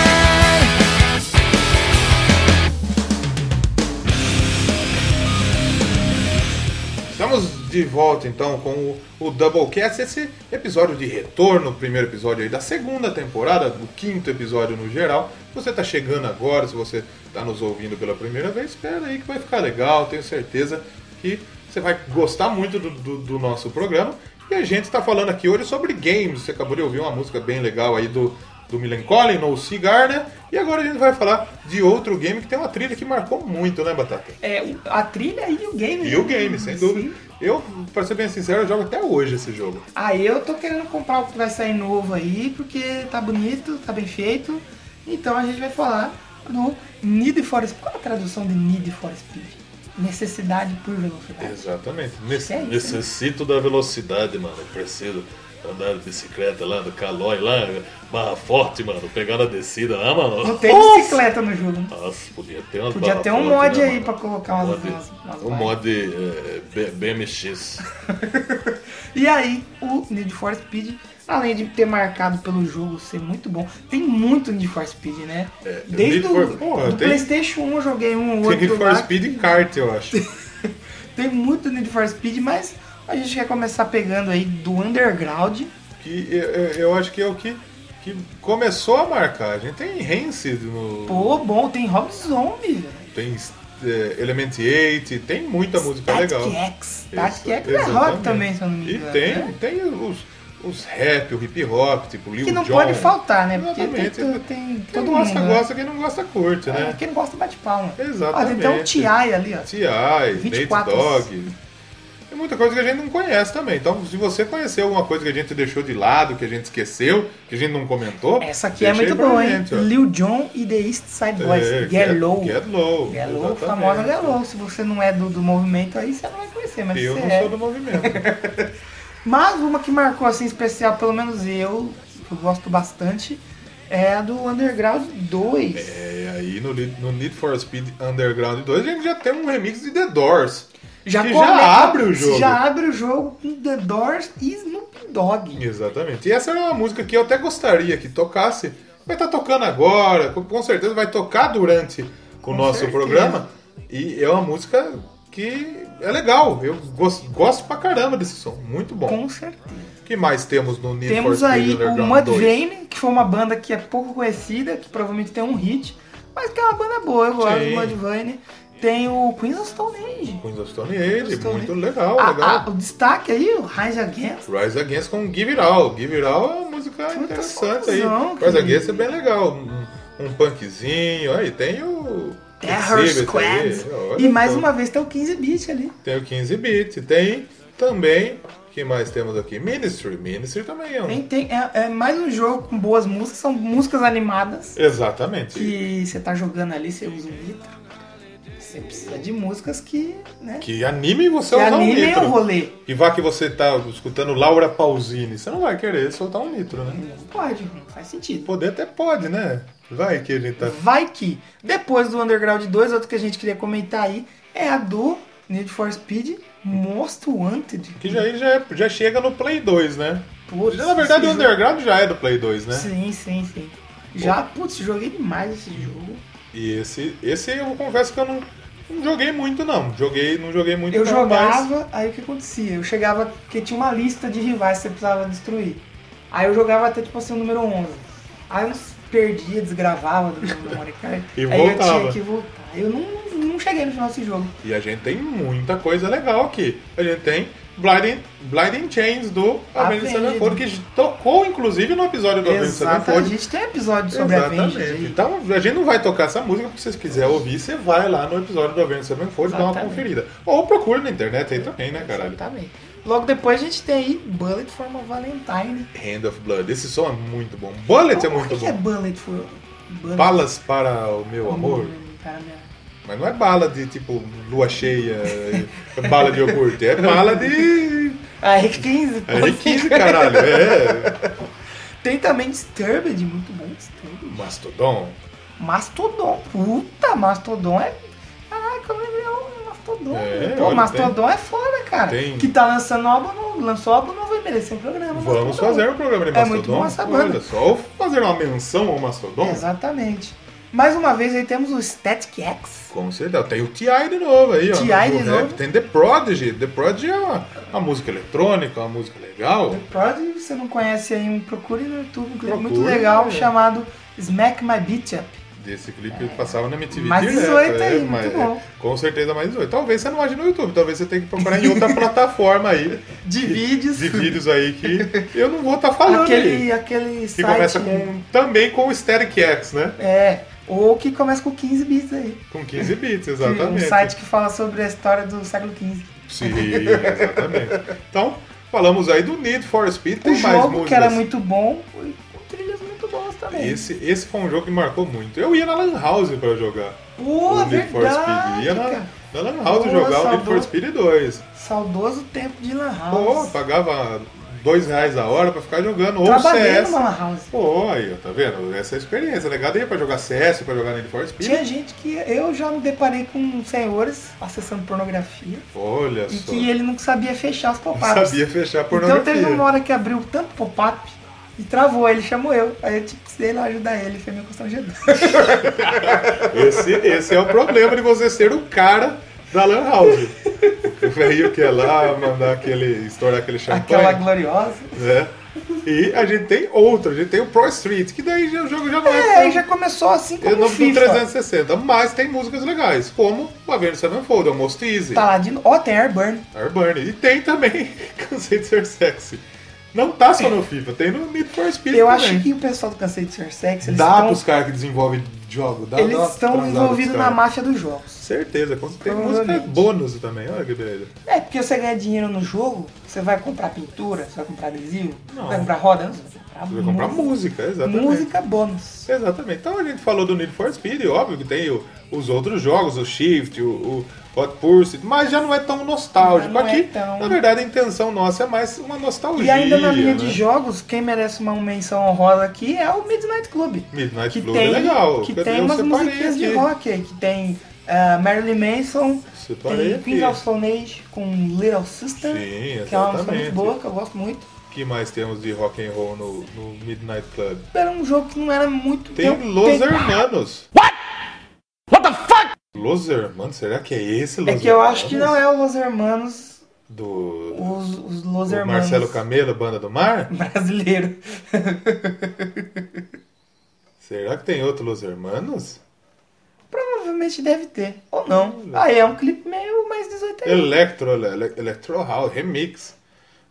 Speaker 1: Estamos de volta então com o, o Doublecast, esse episódio de retorno, o primeiro episódio aí da segunda temporada, do quinto episódio no geral. Se você está chegando agora, se você está nos ouvindo pela primeira vez, espera aí que vai ficar legal, tenho certeza que você vai gostar muito do, do- do nosso programa. E a gente está falando aqui hoje sobre games, você acabou de ouvir uma música bem legal aí do, do Milan Collin, ou Cigar, né? E agora a gente vai falar de outro game que tem uma trilha que marcou muito, né, Batata?
Speaker 2: É, o- a trilha e o game.
Speaker 1: E o
Speaker 2: né?
Speaker 1: game, sem
Speaker 2: Sim.
Speaker 1: dúvida. Eu, pra ser bem sincero, eu jogo até hoje esse jogo.
Speaker 2: Aí Ah, eu tô querendo comprar o que vai sair novo aí, porque tá bonito, tá bem feito. Então a gente vai falar do Need for Speed. Qual é a tradução de Need for Speed? Necessidade por velocidade.
Speaker 1: Exatamente.
Speaker 2: É isso,
Speaker 4: Necessito da velocidade, mano. Eu preciso andar de bicicleta lá, do calói lá, barra forte, mano. Pegar na descida lá, mano.
Speaker 2: Não tem
Speaker 4: Nossa!
Speaker 2: bicicleta no jogo. né?
Speaker 4: Nossa, podia ter umas
Speaker 2: Podia
Speaker 4: barra
Speaker 2: ter um
Speaker 4: forte,
Speaker 2: mod
Speaker 1: é
Speaker 4: né,
Speaker 2: aí
Speaker 4: mano?
Speaker 2: pra colocar umas.
Speaker 4: Mod-
Speaker 2: umas, umas
Speaker 4: Um
Speaker 2: bikes.
Speaker 4: mod é, B- BMX.
Speaker 2: E aí, o Need for Speed Além de ter marcado pelo jogo ser muito bom, tem muito Need for Speed, né?
Speaker 4: É,
Speaker 1: Need
Speaker 2: Desde
Speaker 1: for-
Speaker 2: o
Speaker 1: porra,
Speaker 2: do
Speaker 1: tem-
Speaker 2: PlayStation 1 eu joguei um
Speaker 1: Tem Need
Speaker 2: outro
Speaker 1: for
Speaker 2: lá.
Speaker 1: Speed e kart, eu acho.
Speaker 2: Tem muito Need for Speed, mas a gente quer começar pegando aí do underground.
Speaker 1: que eu, eu- eu acho que é o que, que começou a marcar. A gente tem Rancid no.
Speaker 2: Pô, bom, tem Rob Zombie, velho.
Speaker 1: Tem é, Element 8, tem muita música é legal.
Speaker 2: Static X. Static X é
Speaker 1: Exa-
Speaker 2: rock
Speaker 1: exatamente.
Speaker 2: também, se eu não me engano.
Speaker 1: E tem,
Speaker 2: né?
Speaker 1: tem os, os rap, o hip hop, tipo Lil
Speaker 2: Que não
Speaker 1: Jon.
Speaker 2: pode faltar, né? Porque tem,
Speaker 1: Exatamente.
Speaker 2: tem, tem
Speaker 1: Quem
Speaker 2: todo mundo.
Speaker 1: gosta,
Speaker 2: né?
Speaker 1: gosta, quem não gosta, curte,
Speaker 2: É,
Speaker 1: né?
Speaker 2: Quem não gosta bate palma. Ó, tem
Speaker 1: Exatamente.
Speaker 2: até o TI ali, ó.
Speaker 1: T.I., Nate
Speaker 2: 24.
Speaker 1: Dogg. Tem muita coisa que a gente não conhece também. Então, se você conhecer alguma coisa que a gente deixou de lado, que a gente esqueceu, que a gente não comentou.
Speaker 2: Essa aqui é
Speaker 1: deixa aí
Speaker 2: muito
Speaker 1: pra
Speaker 2: boa, hein?
Speaker 1: gente, ó.
Speaker 2: Lil Jon e The East Side Boys.
Speaker 1: É,
Speaker 2: Get Low.
Speaker 1: Get Low.
Speaker 2: Get Low,
Speaker 1: exatamente.
Speaker 2: famosa Get Low. Se você não é do, do movimento aí, você não vai conhecer, mas
Speaker 1: Eu
Speaker 2: você
Speaker 1: não
Speaker 2: é.
Speaker 1: sou do movimento.
Speaker 2: Mas uma que marcou assim especial, pelo menos eu, que eu gosto bastante, é a do Underground 2.
Speaker 1: é, aí no, Need- no Need for Speed Underground 2 a gente já tem um remix de The Doors. que
Speaker 2: come-
Speaker 1: já abre o jogo.
Speaker 2: Já abre o jogo com The Doors e Snoop Dogg.
Speaker 1: Exatamente. E essa era uma música que eu até gostaria que tocasse. Vai estar tocando agora, com, com certeza vai tocar durante o nosso
Speaker 2: certeza.
Speaker 1: programa. E é uma música que é legal. Eu gosto, gosto pra caramba desse som. Muito bom.
Speaker 2: Com certeza.
Speaker 1: O que mais temos no Need for
Speaker 2: Temos
Speaker 1: Speed
Speaker 2: aí o
Speaker 1: Underground 2?
Speaker 2: Mudvayne, que foi uma banda que é pouco conhecida, que provavelmente tem um hit, mas que é uma banda boa, eu gosto
Speaker 1: Sim.
Speaker 2: do Mudvayne. Tem o Queens of Stone Age.
Speaker 1: Queens of Stone Age,
Speaker 2: Stone
Speaker 1: muito
Speaker 2: Age.
Speaker 1: legal,
Speaker 2: Ah,
Speaker 1: Oh, legal.
Speaker 2: ah, o destaque aí, o Rise Against.
Speaker 1: Rise Against com Give It All. Give It All é uma música
Speaker 2: Puta
Speaker 1: interessante aí.
Speaker 2: confusão,
Speaker 1: Rise
Speaker 2: que-
Speaker 1: Against é bem legal. Um, um punkzinho. Aí tem o.
Speaker 2: Terror
Speaker 1: Exhibit
Speaker 2: É Squad.
Speaker 1: aí, olha
Speaker 2: e mais um
Speaker 1: só.
Speaker 2: uma vez tem o 15 Beat ali.
Speaker 1: Tem o 15 bit. Tem também. O que mais temos aqui? Ministry. Ministry também é um.
Speaker 2: Tem, tem- é, é mais um jogo com boas músicas, são músicas animadas.
Speaker 1: Exatamente.
Speaker 2: Que você tá jogando ali, você usa um litro. Você precisa de músicas que, né?
Speaker 1: Que anime você
Speaker 2: Que
Speaker 1: a usar um
Speaker 2: anime é o
Speaker 1: nitro.
Speaker 2: rolê.
Speaker 1: E vá que você tá escutando Laura Pausini. Você não vai querer soltar um nitro, né?
Speaker 2: Não pode, não faz sentido.
Speaker 1: Poder até pode, né? Vai que ele tá.
Speaker 2: Vai que. Depois do Underground 2, outro que a gente queria comentar aí é a do Need for Speed Most Wanted.
Speaker 1: Que já, aí já, é- já chega no Play 2, né?
Speaker 2: Putz,
Speaker 1: Já, na verdade, o
Speaker 2: esse jogo-
Speaker 1: Underground já é do Play 2, né?
Speaker 2: Sim, sim, sim. Já, putz, joguei demais esse jogo.
Speaker 1: E esse, esse eu confesso que eu não, não joguei muito, não. Joguei, não joguei muito
Speaker 2: Eu
Speaker 1: não, mas-
Speaker 2: jogava, aí o que acontecia? Eu chegava, porque tinha uma lista de rivais que você precisava destruir. Aí eu jogava até tipo assim o número 11. Aí eu perdia, desgravava do meu memory card.
Speaker 1: E
Speaker 2: aí eu
Speaker 1: voltava.
Speaker 2: tinha que voltar. Eu não, não cheguei no final desse jogo.
Speaker 1: E a gente tem muita coisa legal aqui. A gente tem Blinding, Blinding Chains do Avenged
Speaker 2: Avenged.
Speaker 1: Sevenfold, que tocou inclusive no episódio do Avenged
Speaker 2: Exato, a
Speaker 1: Sevenfold.
Speaker 2: gente tem episódio sobre a Avengers.
Speaker 1: Exatamente.
Speaker 2: aí.
Speaker 1: Então, a gente não vai tocar essa música, porque se vocês quiserem ouvir, você vai lá no episódio do Avenged Sevenfold e dá uma
Speaker 2: Exatamente.
Speaker 1: conferida. Ou procura na internet aí também, né, caralho?
Speaker 2: Exatamente. Logo depois a gente tem aí Bullet for uma Valentine.
Speaker 1: Hand of Blood. Esse som é muito bom. Bullet é
Speaker 2: Então,
Speaker 1: muito
Speaker 2: Por que é
Speaker 1: bom.
Speaker 2: Bullet for... Bullet
Speaker 1: Balas para o meu
Speaker 2: for
Speaker 1: amor.
Speaker 2: Woman, cara, minha-
Speaker 1: Mas não é bala de tipo lua cheia, é bala de iogurte, é bala de.
Speaker 2: A R15, pô.
Speaker 1: É R15, caralho, é.
Speaker 2: Tem também Disturbed, muito bom Disturbed.
Speaker 1: Mastodon.
Speaker 2: Mastodon, puta, Mastodon é. Caraca, eu lembrei o Mastodon.
Speaker 1: É,
Speaker 2: velho. Pô,
Speaker 1: olha,
Speaker 2: Mastodon é foda, cara.
Speaker 1: Tem.
Speaker 2: Que tá lançando álbum, não, lançou álbum, não vai merecer um programa.
Speaker 1: Vamos
Speaker 2: Mastodon.
Speaker 1: fazer um programa de
Speaker 2: É
Speaker 1: Mastodon.
Speaker 2: muito bom essa
Speaker 1: Olha
Speaker 2: banda.
Speaker 1: só, ou fazer uma menção ao Mastodon.
Speaker 2: Exatamente. Mais uma vez aí temos o Static X.
Speaker 1: Com certeza. Tem o T.I. de novo aí, ó.
Speaker 2: T.I.
Speaker 1: no
Speaker 2: de
Speaker 1: rap.
Speaker 2: novo.
Speaker 1: Tem The Prodigy. The Prodigy é uma, uma música eletrônica, uma música legal.
Speaker 2: The Prodigy, se você não conhece aí, um, procure no YouTube, um clipe muito
Speaker 1: Procure,
Speaker 2: legal
Speaker 1: é.
Speaker 2: chamado Smack My Beat Up.
Speaker 1: Desse clipe passava na MTV
Speaker 2: Mais
Speaker 1: direto.
Speaker 2: 18 aí,
Speaker 1: é,
Speaker 2: muito bom.
Speaker 1: Com certeza mais 18. Talvez você não ache no YouTube, talvez você tenha que procurar em outra plataforma aí.
Speaker 2: De vídeos.
Speaker 1: de vídeos aí que eu não vou estar falando.
Speaker 2: Aquele,
Speaker 1: aí.
Speaker 2: aquele
Speaker 1: Que
Speaker 2: site.
Speaker 1: começa com, também com o Static X, né?
Speaker 2: É, ou que começa com 15 bits aí.
Speaker 1: Com 15 bits,
Speaker 2: Que- Um
Speaker 1: exatamente.
Speaker 2: site que fala sobre a história do século XV.
Speaker 1: Sim, exatamente. Então, falamos aí do Need for Speed, tem
Speaker 2: o
Speaker 1: mais
Speaker 2: jogo
Speaker 1: músicas.
Speaker 2: que era muito bom e com trilhas muito boas também.
Speaker 1: Esse, esse foi um jogo que marcou muito. Eu ia na Lan House pra jogar
Speaker 2: Pô, é
Speaker 1: o Need for Speed.
Speaker 2: verdade,
Speaker 1: Ia
Speaker 2: cara.
Speaker 1: na, na Lan House
Speaker 2: Boa,
Speaker 1: jogar o Need
Speaker 2: salvou.
Speaker 1: for Speed 2.
Speaker 2: Saudoso tempo de Lan
Speaker 1: Pô, tá
Speaker 2: House.
Speaker 1: pagava dois reais a hora pra ficar jogando ou
Speaker 2: Trabalhei
Speaker 1: CS.
Speaker 2: numa lan house.
Speaker 1: Pô, aí, ó, tá vendo? Essa é a experiência, né? Daí pra jogar CS, pra jogar Need for Speed.
Speaker 2: Tinha gente que eu já me deparei com senhores acessando pornografia
Speaker 1: Olha
Speaker 2: e
Speaker 1: só.
Speaker 2: que ele não sabia fechar os
Speaker 1: Não
Speaker 2: pop-ups.
Speaker 1: sabia fechar a
Speaker 2: Então
Speaker 1: pornografia.
Speaker 2: teve uma hora que abriu tanto pop-up e travou, ele chamou eu. Aí eu tipo, precisei lá ajudar ele, foi meu constrangedor.
Speaker 1: Esse, esse é o problema de você ser o cara da Lan House. O velho que é lá, mandar aquele. estourar aquele
Speaker 2: Aquela
Speaker 1: champanhe.
Speaker 2: gloriosa.
Speaker 1: Né? E a gente tem outro, a gente tem o Pro Street, que daí já, o jogo já não
Speaker 2: É,
Speaker 1: é.
Speaker 2: aí já começou assim
Speaker 1: Eu
Speaker 2: como
Speaker 1: não
Speaker 2: o
Speaker 1: do
Speaker 2: FIFA.
Speaker 1: 360, mas tem músicas legais, como Avenged Sevenfold, Almost Easy,
Speaker 2: Tá lá de novo. Ó, tem Airburn.
Speaker 1: Airburn, e tem também Cansei de Ser Sexy. Não tá só no FIFA, tem no Need for Speed
Speaker 2: Eu
Speaker 1: também.
Speaker 2: acho que o pessoal do Cansei de Ser Sex, eles
Speaker 1: Dá
Speaker 2: estão,
Speaker 1: pros caras que desenvolvem jogo, dá
Speaker 2: eles
Speaker 1: dá uma
Speaker 2: estão
Speaker 1: atrasada pros
Speaker 2: envolvidos na
Speaker 1: caras.
Speaker 2: máfia dos jogos.
Speaker 1: Certeza, quando tem música é
Speaker 2: Provavelmente.
Speaker 1: bônus também, olha que beleza.
Speaker 2: É, porque você ganha dinheiro no jogo, você vai comprar pintura, você vai comprar adesivo,
Speaker 1: Não.
Speaker 2: vai comprar roda, não, você vai comprar,
Speaker 1: Você vai comprar
Speaker 2: música.
Speaker 1: música, exatamente.
Speaker 2: Música bônus.
Speaker 1: Exatamente. Então a gente falou do Need for Speed, óbvio que tem o- os outros jogos, o Shift, o, o Hot Pursuit, mas já não é tão nostálgico.
Speaker 2: Não é
Speaker 1: Aqui,
Speaker 2: tão-
Speaker 1: na verdade, a intenção nossa é mais uma nostalgia.
Speaker 2: E ainda na linha
Speaker 1: né?
Speaker 2: de jogos, quem merece uma menção honrosa aqui é o Midnight Club.
Speaker 1: Midnight
Speaker 2: Que
Speaker 1: Club é
Speaker 2: tem,
Speaker 1: legal.
Speaker 2: que
Speaker 1: Quer
Speaker 2: tem
Speaker 1: dizer, eu
Speaker 2: umas
Speaker 1: separei
Speaker 2: musiquinhas de
Speaker 1: aqui.
Speaker 2: rock aí, que tem ah, Marilyn Manson,
Speaker 1: Separei
Speaker 2: tem Queens of
Speaker 1: aqui.
Speaker 2: Stone Age com Little Sister,
Speaker 1: Sim,
Speaker 2: que é uma música
Speaker 1: exatamente.
Speaker 2: muito boa, que eu gosto muito.
Speaker 1: O que mais temos de rock and roll no, no Midnight Club?
Speaker 2: Era um jogo que não era muito...
Speaker 1: Tem
Speaker 2: tem-
Speaker 1: Los
Speaker 2: Então, tem-
Speaker 1: Hermanos.
Speaker 3: What the fuck?
Speaker 1: Los Hermanos? Será que é esse Los
Speaker 2: É que eu acho que não
Speaker 1: Hermanos?
Speaker 2: é o Los Hermanos,
Speaker 1: Do,
Speaker 2: os, os Los
Speaker 1: do
Speaker 2: Hermanos
Speaker 1: Marcelo Camelo, Banda do Mar?
Speaker 2: brasileiro.
Speaker 1: Será que tem outro Los Hermanos?
Speaker 2: Provavelmente deve ter, ou não. Aí é um clipe meio mais 18 aí.
Speaker 1: Electro, ele- Electro House, Remix.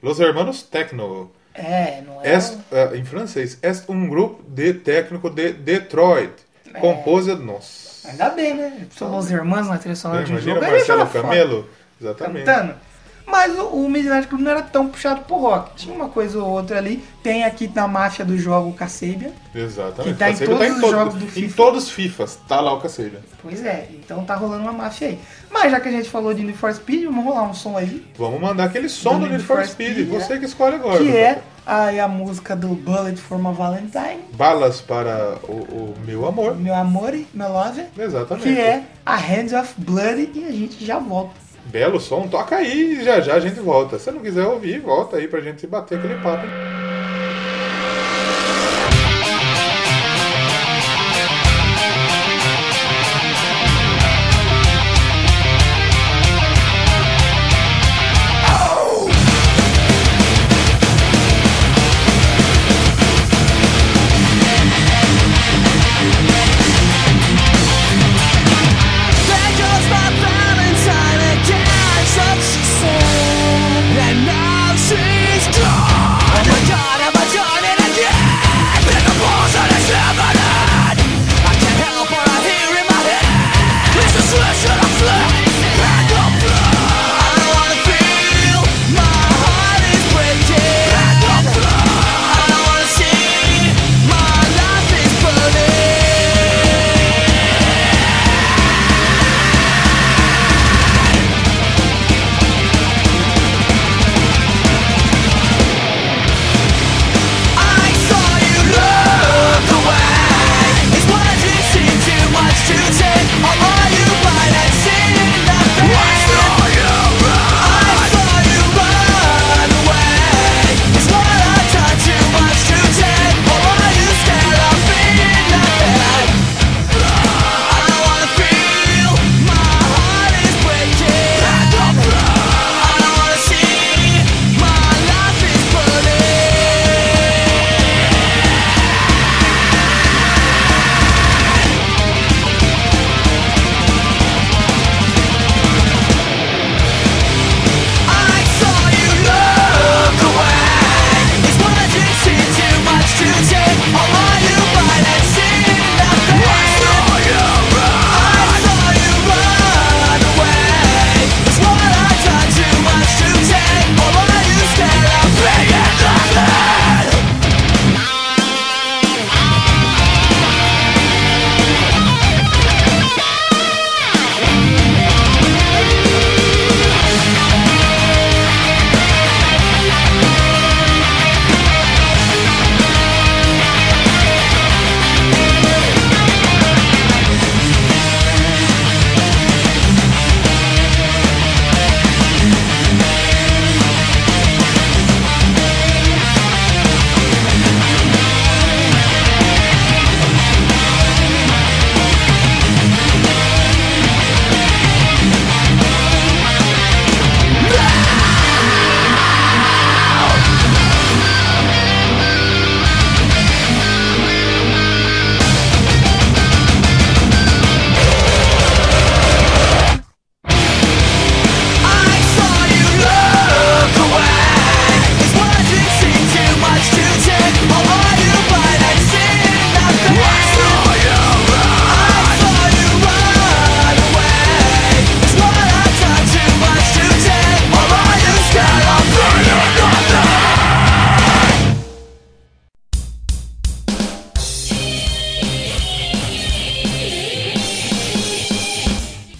Speaker 1: Los Hermanos Techno.
Speaker 2: É, não é...
Speaker 1: Es, eh, em francês, est um grupo de técnico de Detroit.
Speaker 2: É.
Speaker 1: Composed. Nossa.
Speaker 2: Ainda bem, né? São Los Hermanos na trilha sonora
Speaker 1: Né,
Speaker 2: de um
Speaker 1: Imagina
Speaker 2: jogo.
Speaker 1: o
Speaker 2: aí
Speaker 1: Marcelo
Speaker 2: já fala.
Speaker 1: Camelo. Exatamente.
Speaker 2: cantando. Mas o, o Midnight Club não era tão puxado pro rock. Tinha uma coisa ou outra ali. Tem aqui na máfia do jogo o Kasabian.
Speaker 1: Exatamente.
Speaker 2: Que tá em
Speaker 1: Cacilda
Speaker 2: todos os jogos do
Speaker 1: em
Speaker 2: FIFA.
Speaker 1: todos os FIFAs. Tá lá o Cacilda.
Speaker 2: Pois é, então tá rolando uma máfia aí. Mas já que a gente falou de Need for Speed, vamos rolar um som aí.
Speaker 1: Vamos mandar aquele som do, Need for Speed.
Speaker 2: né?
Speaker 1: Você que escolhe agora.
Speaker 2: que
Speaker 1: meu
Speaker 2: é
Speaker 1: papai.
Speaker 2: aí a música do Bullet for My Valentine,
Speaker 1: Balas para o, o meu amor.
Speaker 2: Meu Amore, Meu Love.
Speaker 1: Exatamente.
Speaker 2: Que é a Hands of Blood e a gente já volta.
Speaker 1: Belo som, toca aí e já já a gente volta. Se não quiser ouvir, volta aí pra gente bater aquele papo.
Speaker 3: There goes my Valentine again, such a soul, and now she's gone. Oh my God.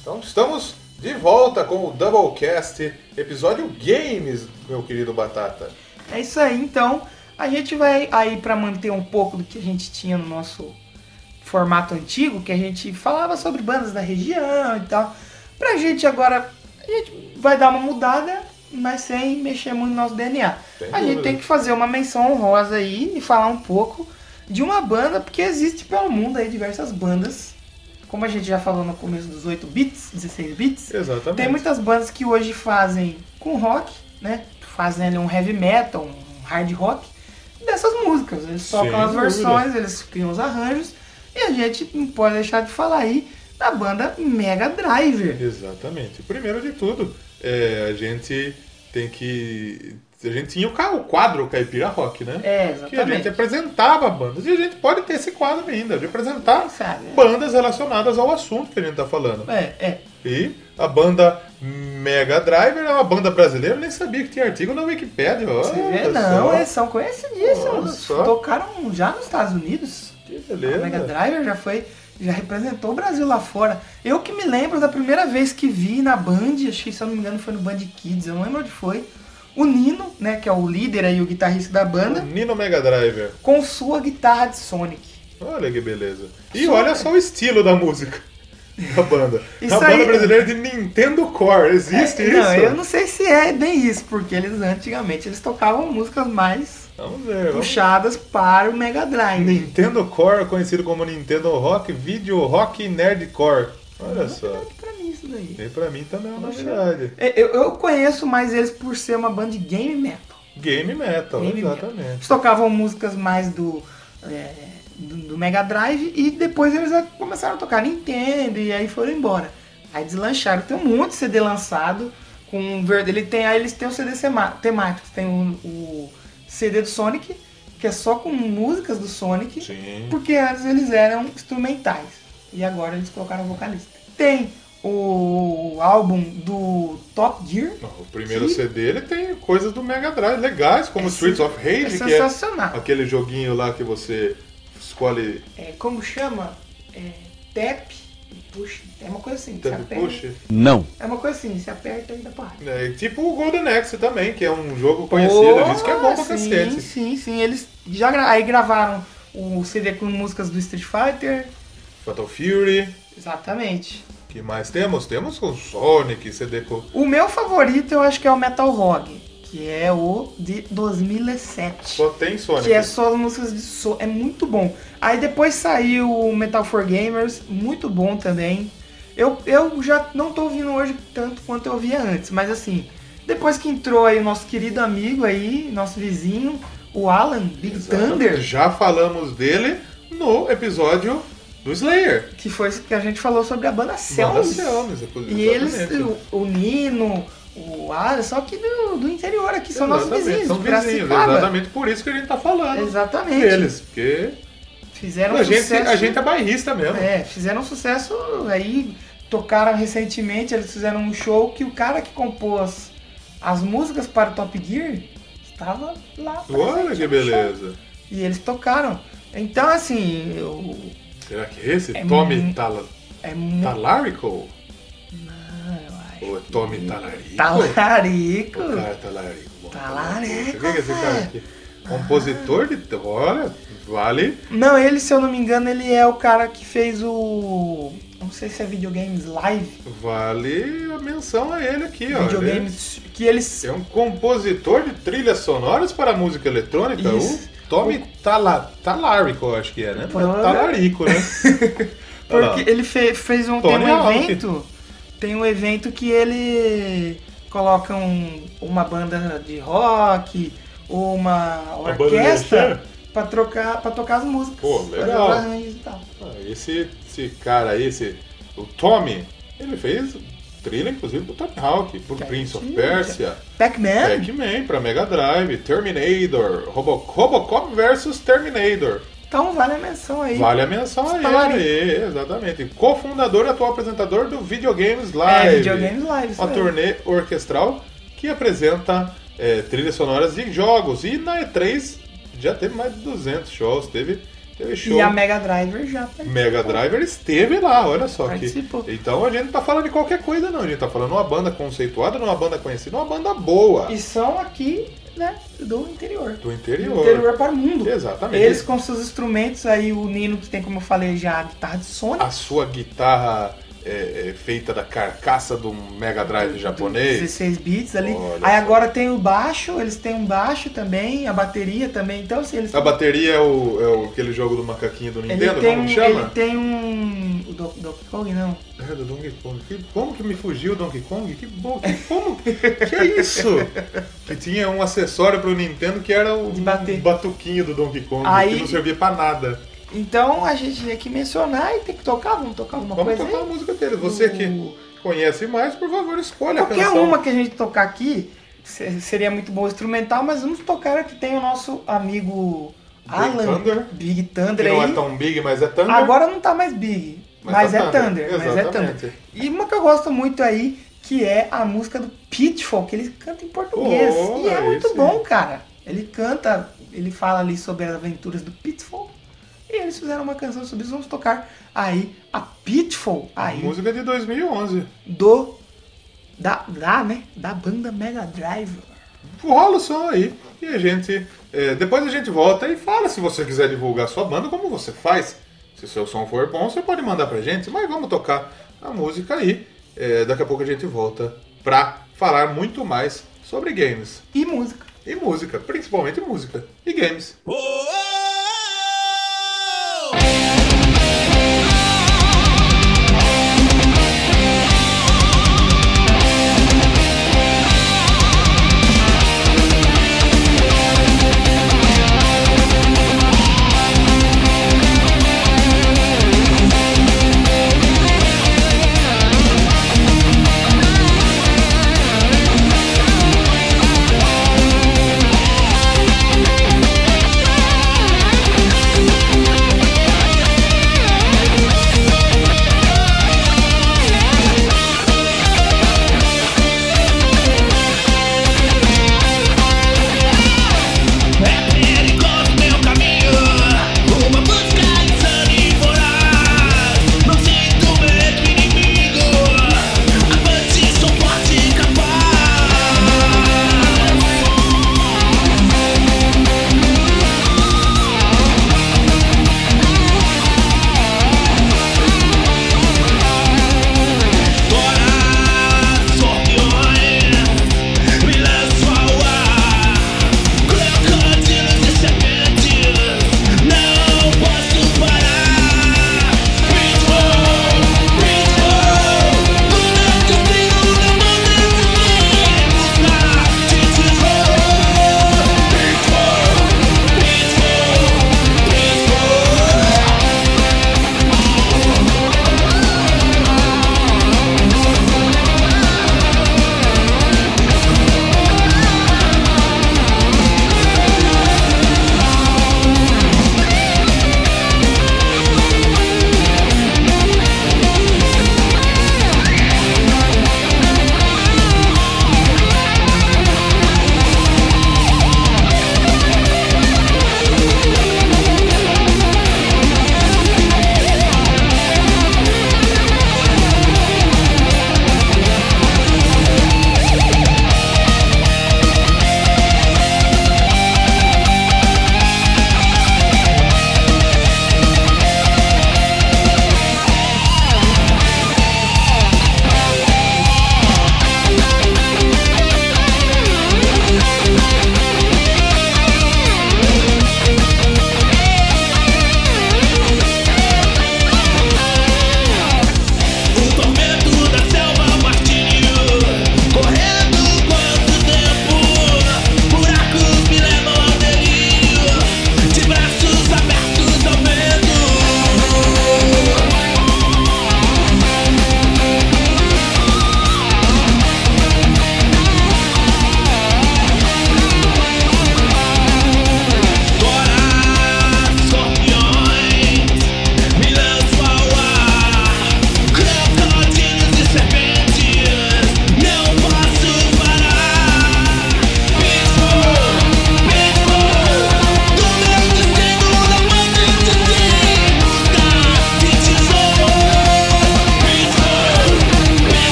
Speaker 1: Então estamos de volta com o Doublecast, episódio Games, meu querido Batata.
Speaker 2: É isso aí, então. A gente vai aí para manter um pouco do que a gente tinha no nosso formato antigo, que a gente falava sobre bandas da região e tal. Pra gente agora, a gente vai dar uma mudada, mas sem mexer muito no nosso DNA.
Speaker 1: Sem
Speaker 2: a gente
Speaker 1: dúvida.
Speaker 2: tem que fazer uma menção honrosa aí e falar um pouco de uma banda, porque existe pelo mundo aí diversas bandas. Como a gente já falou no começo dos 8 bits, 16 bits,
Speaker 1: Exatamente.
Speaker 2: tem muitas bandas que hoje fazem com rock, né? Fazem ali um heavy metal, um hard rock, dessas músicas. Eles
Speaker 1: Sem
Speaker 2: tocam as
Speaker 1: dúvida.
Speaker 2: versões, eles criam os arranjos, e a gente não pode deixar de falar aí da banda Mega Driver.
Speaker 1: Exatamente. Primeiro de tudo, é, a gente tem que. A gente tinha o ca- o quadro Caipira Rock, né?
Speaker 2: É,
Speaker 1: que a gente
Speaker 2: exatamente.
Speaker 1: apresentava bandas. E a gente pode ter esse quadro ainda, de apresentar
Speaker 2: Sabe?
Speaker 1: bandas relacionadas ao assunto que a gente tá falando.
Speaker 2: É, é.
Speaker 1: E a banda Mega Driver é uma banda brasileira, eu nem sabia que tinha artigo na Wikipédia.
Speaker 2: Você
Speaker 1: Olha
Speaker 2: vê? Não,
Speaker 1: só.
Speaker 2: eles são
Speaker 1: Olha
Speaker 2: conhecidíssimos.
Speaker 1: só.
Speaker 2: Tocaram já nos Estados Unidos.
Speaker 1: Que
Speaker 2: A
Speaker 1: beleza.
Speaker 2: Mega Driver já foi, já representou o Brasil lá fora. Eu que me lembro da primeira vez que vi na Band, acho que se eu não me engano foi no Band Kids, eu não lembro onde foi. O Nino, né, que é o líder aí, o guitarrista da banda,
Speaker 1: Nino Mega Driver.
Speaker 2: com sua guitarra de Sonic.
Speaker 1: Olha que beleza. E
Speaker 2: Só- é.
Speaker 1: olha só o estilo da música da banda.
Speaker 2: Isso
Speaker 1: a banda
Speaker 2: aí-
Speaker 1: brasileira de Nintendo Core. Existe
Speaker 2: É,
Speaker 1: isso?
Speaker 2: Não, eu não sei se é bem isso, porque eles antigamente eles tocavam músicas mais
Speaker 1: Vamos ver. Vamos...
Speaker 2: puxadas para o Mega Drive.
Speaker 1: Nintendo Core, conhecido como Nintendo Rock, Video Rock e Nerdcore. Olha só.
Speaker 2: Pra mim isso daí.
Speaker 1: E pra mim também é uma
Speaker 2: Puxa.
Speaker 1: novidade.
Speaker 2: Eu- Eu, eu conheço mais eles por ser uma banda de game metal.
Speaker 1: Game Metal,
Speaker 2: Game
Speaker 1: exatamente.
Speaker 2: Eles tocavam músicas mais do, é, do, do Mega Drive e depois eles a- começaram a tocar Nintendo e aí foram embora. Aí deslancharam. Tem um monte de CD lançado com um verde. Ele tem, aí eles têm o CD sema- temático. Tem o, o CD do Sonic, que é só com músicas do Sonic.
Speaker 4: Sim.
Speaker 2: Porque antes eles eram instrumentais e agora eles colocaram vocalista. Tem o álbum do Top Gear.
Speaker 1: Não, O primeiro
Speaker 2: Que-
Speaker 1: CD ele tem coisas do Mega Drive legais, como
Speaker 2: É
Speaker 1: Streets
Speaker 2: sen-
Speaker 1: of
Speaker 2: É
Speaker 1: Rage, que é
Speaker 2: sensacional.
Speaker 1: aquele joguinho lá que você escolhe
Speaker 2: é, como chama? É, tap e push. É uma coisa assim.
Speaker 1: tap
Speaker 2: se aperta,
Speaker 1: push.
Speaker 3: Não.
Speaker 2: É uma coisa assim, se aperta e dá porrada.
Speaker 1: É, e tipo o Golden Axe também, que é um jogo conhecido,
Speaker 2: Oh,
Speaker 1: diz que é bom pra
Speaker 2: sim,
Speaker 1: cacete.
Speaker 2: Sim, sim. Eles já gra- aí gravaram o CD com músicas do Street Fighter.
Speaker 1: Fatal Fury,
Speaker 2: Exatamente.
Speaker 1: que mais temos? Temos com Sonic, CD com...
Speaker 2: O meu favorito eu acho que é o Metal Rock, que é o de 2007.
Speaker 1: Só tem Sonic.
Speaker 2: Que é só as músicas de so é muito bom. Aí depois saiu o Metal for Gamers, muito bom também. Eu, eu já não tô ouvindo hoje tanto quanto eu ouvia antes, mas assim, depois que entrou aí o nosso querido amigo aí, nosso vizinho, o Alan Big
Speaker 1: Exatamente.
Speaker 2: Thunder,
Speaker 1: Já falamos dele no episódio do Slayer.
Speaker 2: que foi isso que a gente falou sobre a banda
Speaker 1: Banda
Speaker 2: Cells.
Speaker 1: Selmes,
Speaker 2: E eles,
Speaker 1: exatamente.
Speaker 2: o, o Nino, o Alan, só que do, do interior aqui, são nossos
Speaker 1: Exatamente,
Speaker 2: vizinhos,
Speaker 1: São
Speaker 2: de
Speaker 1: vizinhos,
Speaker 2: Piracicaba.
Speaker 1: exatamente por isso que a gente tá falando
Speaker 2: Exatamente.
Speaker 1: deles, porque
Speaker 2: Fizeram
Speaker 1: a gente,
Speaker 2: sucesso. né?
Speaker 1: a gente é bairrista mesmo.
Speaker 2: É, fizeram um sucesso aí, tocaram recentemente, eles fizeram um show que o cara que compôs as músicas para o Top Gear estava lá.
Speaker 1: Olha
Speaker 2: presente no
Speaker 1: que
Speaker 2: show.
Speaker 1: beleza.
Speaker 2: E eles tocaram. Então, assim, eu,
Speaker 1: Será que é esse?
Speaker 2: É
Speaker 1: Tommy
Speaker 2: muito-
Speaker 1: Tala-
Speaker 2: é muito.
Speaker 1: Talarico?
Speaker 2: Não,
Speaker 1: Ou é Tommy Talarico?
Speaker 2: Talarico.
Speaker 1: O cara é Talarico. bom,
Speaker 2: Talarico,
Speaker 1: Poxa, Quem que é esse cara aqui? Compositor de... Olha, vale...
Speaker 2: Não, ele, se eu não me engano, ele é o cara que fez o. Não sei se é videogames live.
Speaker 1: Vale a menção a ele aqui, ó. Ele
Speaker 2: videogames. Que eles.
Speaker 1: é um compositor de trilhas sonoras para música eletrônica.
Speaker 2: Isso.
Speaker 1: O Tommy Tala- Talarico, eu acho que é, né?
Speaker 2: Prova-
Speaker 1: Talarico, né? Olha lá.
Speaker 2: Porque ele fe- fez um.
Speaker 1: Tony
Speaker 2: tem um
Speaker 1: Hawk.
Speaker 2: evento. Tem um evento que ele coloca um- uma banda de rock, uma
Speaker 1: banda de
Speaker 2: orquestra
Speaker 1: axé?
Speaker 2: pra, trocar, pra tocar as músicas.
Speaker 1: Pô,
Speaker 2: fazer
Speaker 1: legal.
Speaker 2: os arranjos e tal.
Speaker 1: Ah, Esse, esse cara aí, esse, o Tommy, ele fez trilha, inclusive, pro Tony Hawk, pro
Speaker 2: Cara,
Speaker 1: Prince of
Speaker 2: que-
Speaker 1: Persia,
Speaker 2: Pac-Man?
Speaker 1: Pac-Man, pra Mega Drive, Terminator, Robo- Robocop vs Terminator.
Speaker 2: Então vale a menção aí.
Speaker 1: Vale a menção a
Speaker 2: Talarico.
Speaker 1: ele, exatamente. Cofundador e atual apresentador do Videogames Live.
Speaker 2: É, videogames live. isso
Speaker 1: Uma
Speaker 2: aí.
Speaker 1: turnê orquestral que apresenta é, trilhas sonoras de jogos. E na E3 já teve mais de 200 shows. Teve Teve show.
Speaker 2: E a Mega Driver já tá
Speaker 1: Mega Driver esteve lá, olha só que.
Speaker 2: Participou.
Speaker 1: Então a gente não tá falando de qualquer coisa, não. A gente tá falando de uma banda conceituada, de uma banda conhecida, de uma banda boa.
Speaker 2: E são aqui, né, do interior.
Speaker 1: Do
Speaker 2: Do
Speaker 1: interior.
Speaker 2: interior para o mundo.
Speaker 1: Exatamente.
Speaker 2: Eles com seus instrumentos aí, o Nino que tem, como eu falei, já a guitarra de Sony.
Speaker 1: A sua guitarra é, é feita da carcaça do Mega Drive japonês.
Speaker 2: 16 bits ali.
Speaker 1: Olha
Speaker 2: aí
Speaker 1: só.
Speaker 2: agora tem o baixo, eles têm um baixo também, a bateria também. Então, assim, eles
Speaker 1: A bateria é, o, é o- aquele jogo do macaquinho do
Speaker 2: ele
Speaker 1: Nintendo,
Speaker 2: tem,
Speaker 1: como
Speaker 2: um,
Speaker 1: que
Speaker 2: ele
Speaker 1: chama?
Speaker 2: tem um. O Do- Donkey Kong, não.
Speaker 1: É, do Donkey Kong. Que- como que me fugiu o Donkey Kong? Que bom, que, como? que é isso? Que tinha um acessório pro Nintendo que era o
Speaker 2: De bater.
Speaker 1: batuquinho do Donkey Kong,
Speaker 2: Aí-
Speaker 1: que não servia pra nada.
Speaker 2: Então a gente tem que mencionar e tem que tocar, vamos tocar alguma
Speaker 1: Vamos
Speaker 2: coisa é
Speaker 1: tocar a
Speaker 2: aí?
Speaker 1: música deles. Você
Speaker 2: Do-
Speaker 1: que conhece mais, por favor, escolha a
Speaker 2: Qualquer
Speaker 1: canção.
Speaker 2: uma que a gente tocar aqui se- seria muito bom instrumental, mas vamos tocar a que tem o nosso amigo
Speaker 1: Big
Speaker 2: Alan
Speaker 1: Thunder.
Speaker 2: Big
Speaker 1: que
Speaker 2: Thunder
Speaker 1: não é
Speaker 2: aí.
Speaker 1: tão big, mas é Thunder.
Speaker 2: Agora não tá mais Big, mas,
Speaker 1: Mas tá
Speaker 2: é
Speaker 1: Thunder,
Speaker 2: Thunder. Mas é
Speaker 1: exatamente.
Speaker 2: Thunder. E uma que eu gosto muito aí, que é a música do Pitfall, que ele canta em português.
Speaker 1: Oh,
Speaker 2: e é
Speaker 1: aí
Speaker 2: muito
Speaker 1: sim.
Speaker 2: bom, cara. Ele canta, ele fala ali sobre as aventuras do Pitfall. E eles fizeram uma canção sobre isso. Vamos tocar aí a Pitfall aí
Speaker 1: Música de 2011.
Speaker 2: do. Da, da, né? Da banda Mega Drive.
Speaker 1: Rola o som aí. E a gente. é, depois a gente volta e fala se você quiser divulgar sua banda, como você faz. Se seu som for bom, você pode mandar pra gente. Mas vamos tocar a música aí. É, daqui a pouco a gente volta pra falar muito mais sobre games.
Speaker 2: E música.
Speaker 1: E música, principalmente música. E games.
Speaker 5: Thank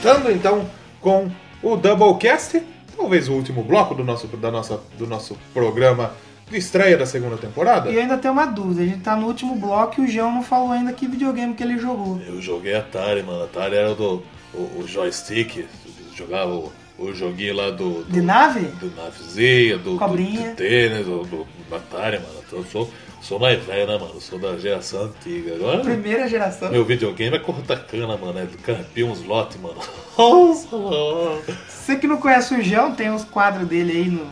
Speaker 1: Fechando então com o Doublecast, talvez o último bloco do nosso, da nossa, do nosso programa de estreia da segunda temporada.
Speaker 2: E eu ainda tenho uma dúvida, a gente tá no último bloco e o João não falou ainda que videogame que ele jogou.
Speaker 4: Eu joguei Atari, mano. Atari era do, o, o joystick, jogava o, o joguinho lá do. do
Speaker 2: De nave?
Speaker 4: Do navezinha, do, do
Speaker 2: Cobrinha.
Speaker 4: de tênis, do, do, do Atari, mano. Eu sou, sou mais velho, né, mano? Sou da geração antiga. Agora.
Speaker 2: Primeira geração.
Speaker 4: Meu videogame é Cortacana, mano. É do Campeão Slot, mano. Nossa, mano.
Speaker 2: Você que não conhece o João, tem os quadros dele aí no-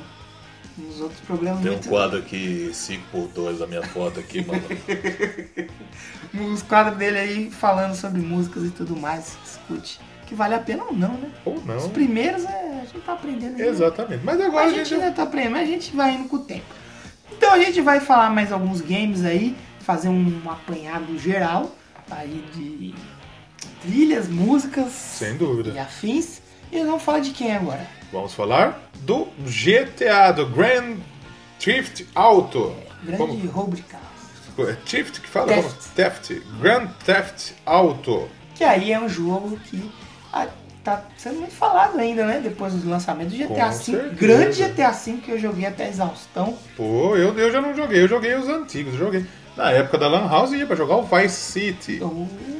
Speaker 2: nos outros programas.
Speaker 4: Tem um
Speaker 2: muito-
Speaker 4: quadro aqui, 5x2 da minha foto aqui, mano.
Speaker 2: Os quadros dele aí falando sobre músicas e tudo mais. Escute. Que vale a pena ou não, né?
Speaker 1: Ou não.
Speaker 2: Os primeiros é, a gente tá aprendendo. ainda.
Speaker 1: Exatamente. Mas agora
Speaker 2: A
Speaker 1: a
Speaker 2: gente
Speaker 1: gente.
Speaker 2: ainda tá aprendendo, mas a gente vai indo com o tempo. Então a gente vai falar mais alguns games aí, fazer um apanhado geral aí de trilhas, músicas
Speaker 1: Sem dúvida.
Speaker 2: e afins. E nós vamos falar de quem agora?
Speaker 1: Vamos falar do GTA, do Grand Theft Auto. Como-
Speaker 2: Grande roubo de carro.
Speaker 1: É Theft que fala?
Speaker 2: Theft.
Speaker 1: Como? Theft. Grand Theft Auto.
Speaker 2: Que aí é um jogo que ah, tá sendo muito falado ainda, né? Depois dos lançamentos do GTA
Speaker 1: Com
Speaker 2: V.
Speaker 1: certeza.
Speaker 2: Grande GTA V que eu joguei até a exaustão.
Speaker 1: Pô, eu, eu já não joguei, eu joguei os antigos, eu joguei. Na época da Lan House ia pra jogar o Vice City.
Speaker 2: Eu-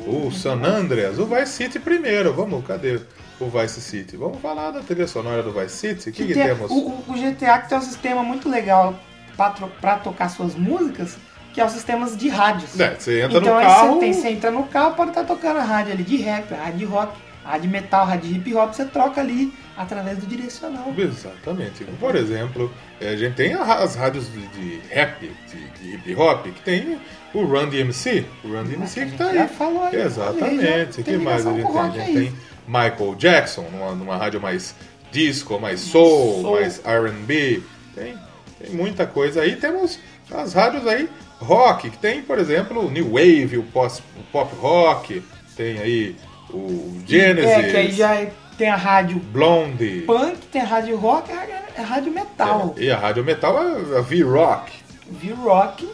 Speaker 1: O San Andreas, o Vice City primeiro. Vamos, cadê o Vice City? Vamos falar da trilha sonora do Vice City? O que, que
Speaker 2: GTA
Speaker 1: temos?
Speaker 2: o, o- o GTA que tem um sistema muito legal pra, tro- pra tocar suas músicas, que é os sistemas de rádios.
Speaker 1: É, você entra
Speaker 2: então
Speaker 1: no
Speaker 2: aí
Speaker 1: carro.
Speaker 2: você, tem- você entra no carro, pode estar tocando a rádio ali de rap, a rádio de rock, a rádio de metal, a rádio de hip hop, você troca ali através do direcional.
Speaker 1: Exatamente. Então, Por exemplo, eh, a gente tem a- as rádios de, de rap, de, de hip hop, que tem o Run DMC. O Run DMC que tá
Speaker 2: gente já
Speaker 1: aí.
Speaker 2: falou aí, falei,
Speaker 1: Exatamente.
Speaker 2: já
Speaker 1: O que
Speaker 2: tem
Speaker 1: mais
Speaker 2: ligação
Speaker 1: a gente
Speaker 2: com
Speaker 1: tem? A
Speaker 2: rock
Speaker 1: gente
Speaker 2: aí.
Speaker 1: tem Michael Jackson, numa, numa rádio mais disco, mais soul,
Speaker 2: Soul.
Speaker 1: mais RB. Tem, tem muita coisa aí. Temos as rádios aí rock, que tem, por exemplo, o New Wave, o, pós, o pop rock, tem aí o Genesis,
Speaker 2: É, que aí já é- tem a rádio
Speaker 1: Blondie.
Speaker 2: punk, tem a rádio rock, a rádio- a rádio metal.
Speaker 1: É, E a rádio metal é a V-Rock.
Speaker 2: V-Rock.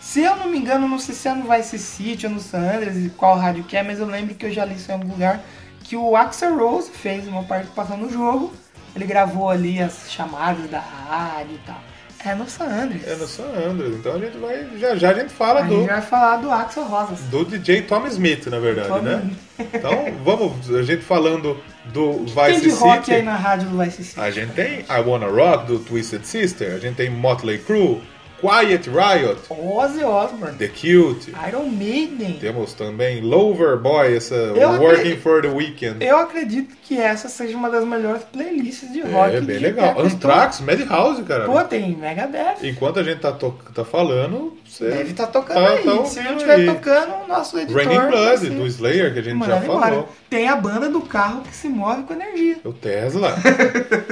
Speaker 2: Se eu não me engano, não sei se é no Vice City ou no San Andreas e qual rádio que é, mas eu lembro que eu já li isso em algum lugar que o Axel Rose fez uma participação no jogo. Ele gravou ali as chamadas da rádio e tal. É no San Andreas.
Speaker 1: É no San Andreas. Então a gente vai. Já já a gente fala
Speaker 2: A
Speaker 1: do,
Speaker 2: gente vai falar do Axel Rosas.
Speaker 1: do DJ Tom Smith, na verdade,
Speaker 2: Tom-
Speaker 1: né? Então vamos. A gente falando do
Speaker 2: Tem de
Speaker 1: Vice
Speaker 2: rock aí
Speaker 1: City.
Speaker 2: na rádio do Vice City.
Speaker 1: A gente tem I Wanna Rock do Twisted Sister. A gente tem Motley Crue, Quiet Riot,
Speaker 2: Ozzy Osbourne,
Speaker 1: The Cute.
Speaker 2: Iron Maiden.
Speaker 1: Temos também Lover Boy, essa
Speaker 2: Eu
Speaker 1: Working
Speaker 2: acredito-
Speaker 1: for the Weekend.
Speaker 2: Eu acredito que essa seja uma das melhores playlists de rock.
Speaker 1: é bem
Speaker 2: de então.
Speaker 1: legal.
Speaker 2: Pepper
Speaker 1: Anthrax, Madhouse, cara.
Speaker 2: Pô, tem Megadeth.
Speaker 1: Enquanto a gente tá, to- tá falando, você
Speaker 2: Deve estar tocando
Speaker 1: tá-
Speaker 2: aí.
Speaker 1: tá
Speaker 2: Se não
Speaker 1: ouvindo
Speaker 2: estiver
Speaker 1: aí.
Speaker 2: tocando, o nosso editor...
Speaker 1: Raining
Speaker 2: vai
Speaker 1: Blood,
Speaker 2: ser-
Speaker 1: do Slayer, que a gente
Speaker 2: Mano,
Speaker 1: já
Speaker 2: olha assim, embora.
Speaker 1: falou.
Speaker 2: Tem a banda do carro que se move com energia.
Speaker 1: O Tesla.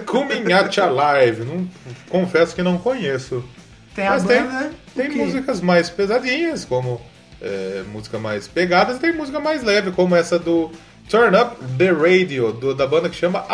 Speaker 1: Coming At You Alive. Não, confesso que não conheço.
Speaker 2: Tem
Speaker 1: Mas
Speaker 2: a
Speaker 1: tem-
Speaker 2: banda...
Speaker 1: Tem
Speaker 2: o quê?
Speaker 1: músicas mais pesadinhas, como é, música mais pegadas, e tem música mais leve, como essa do Turn Up The Radio, do- da banda que chama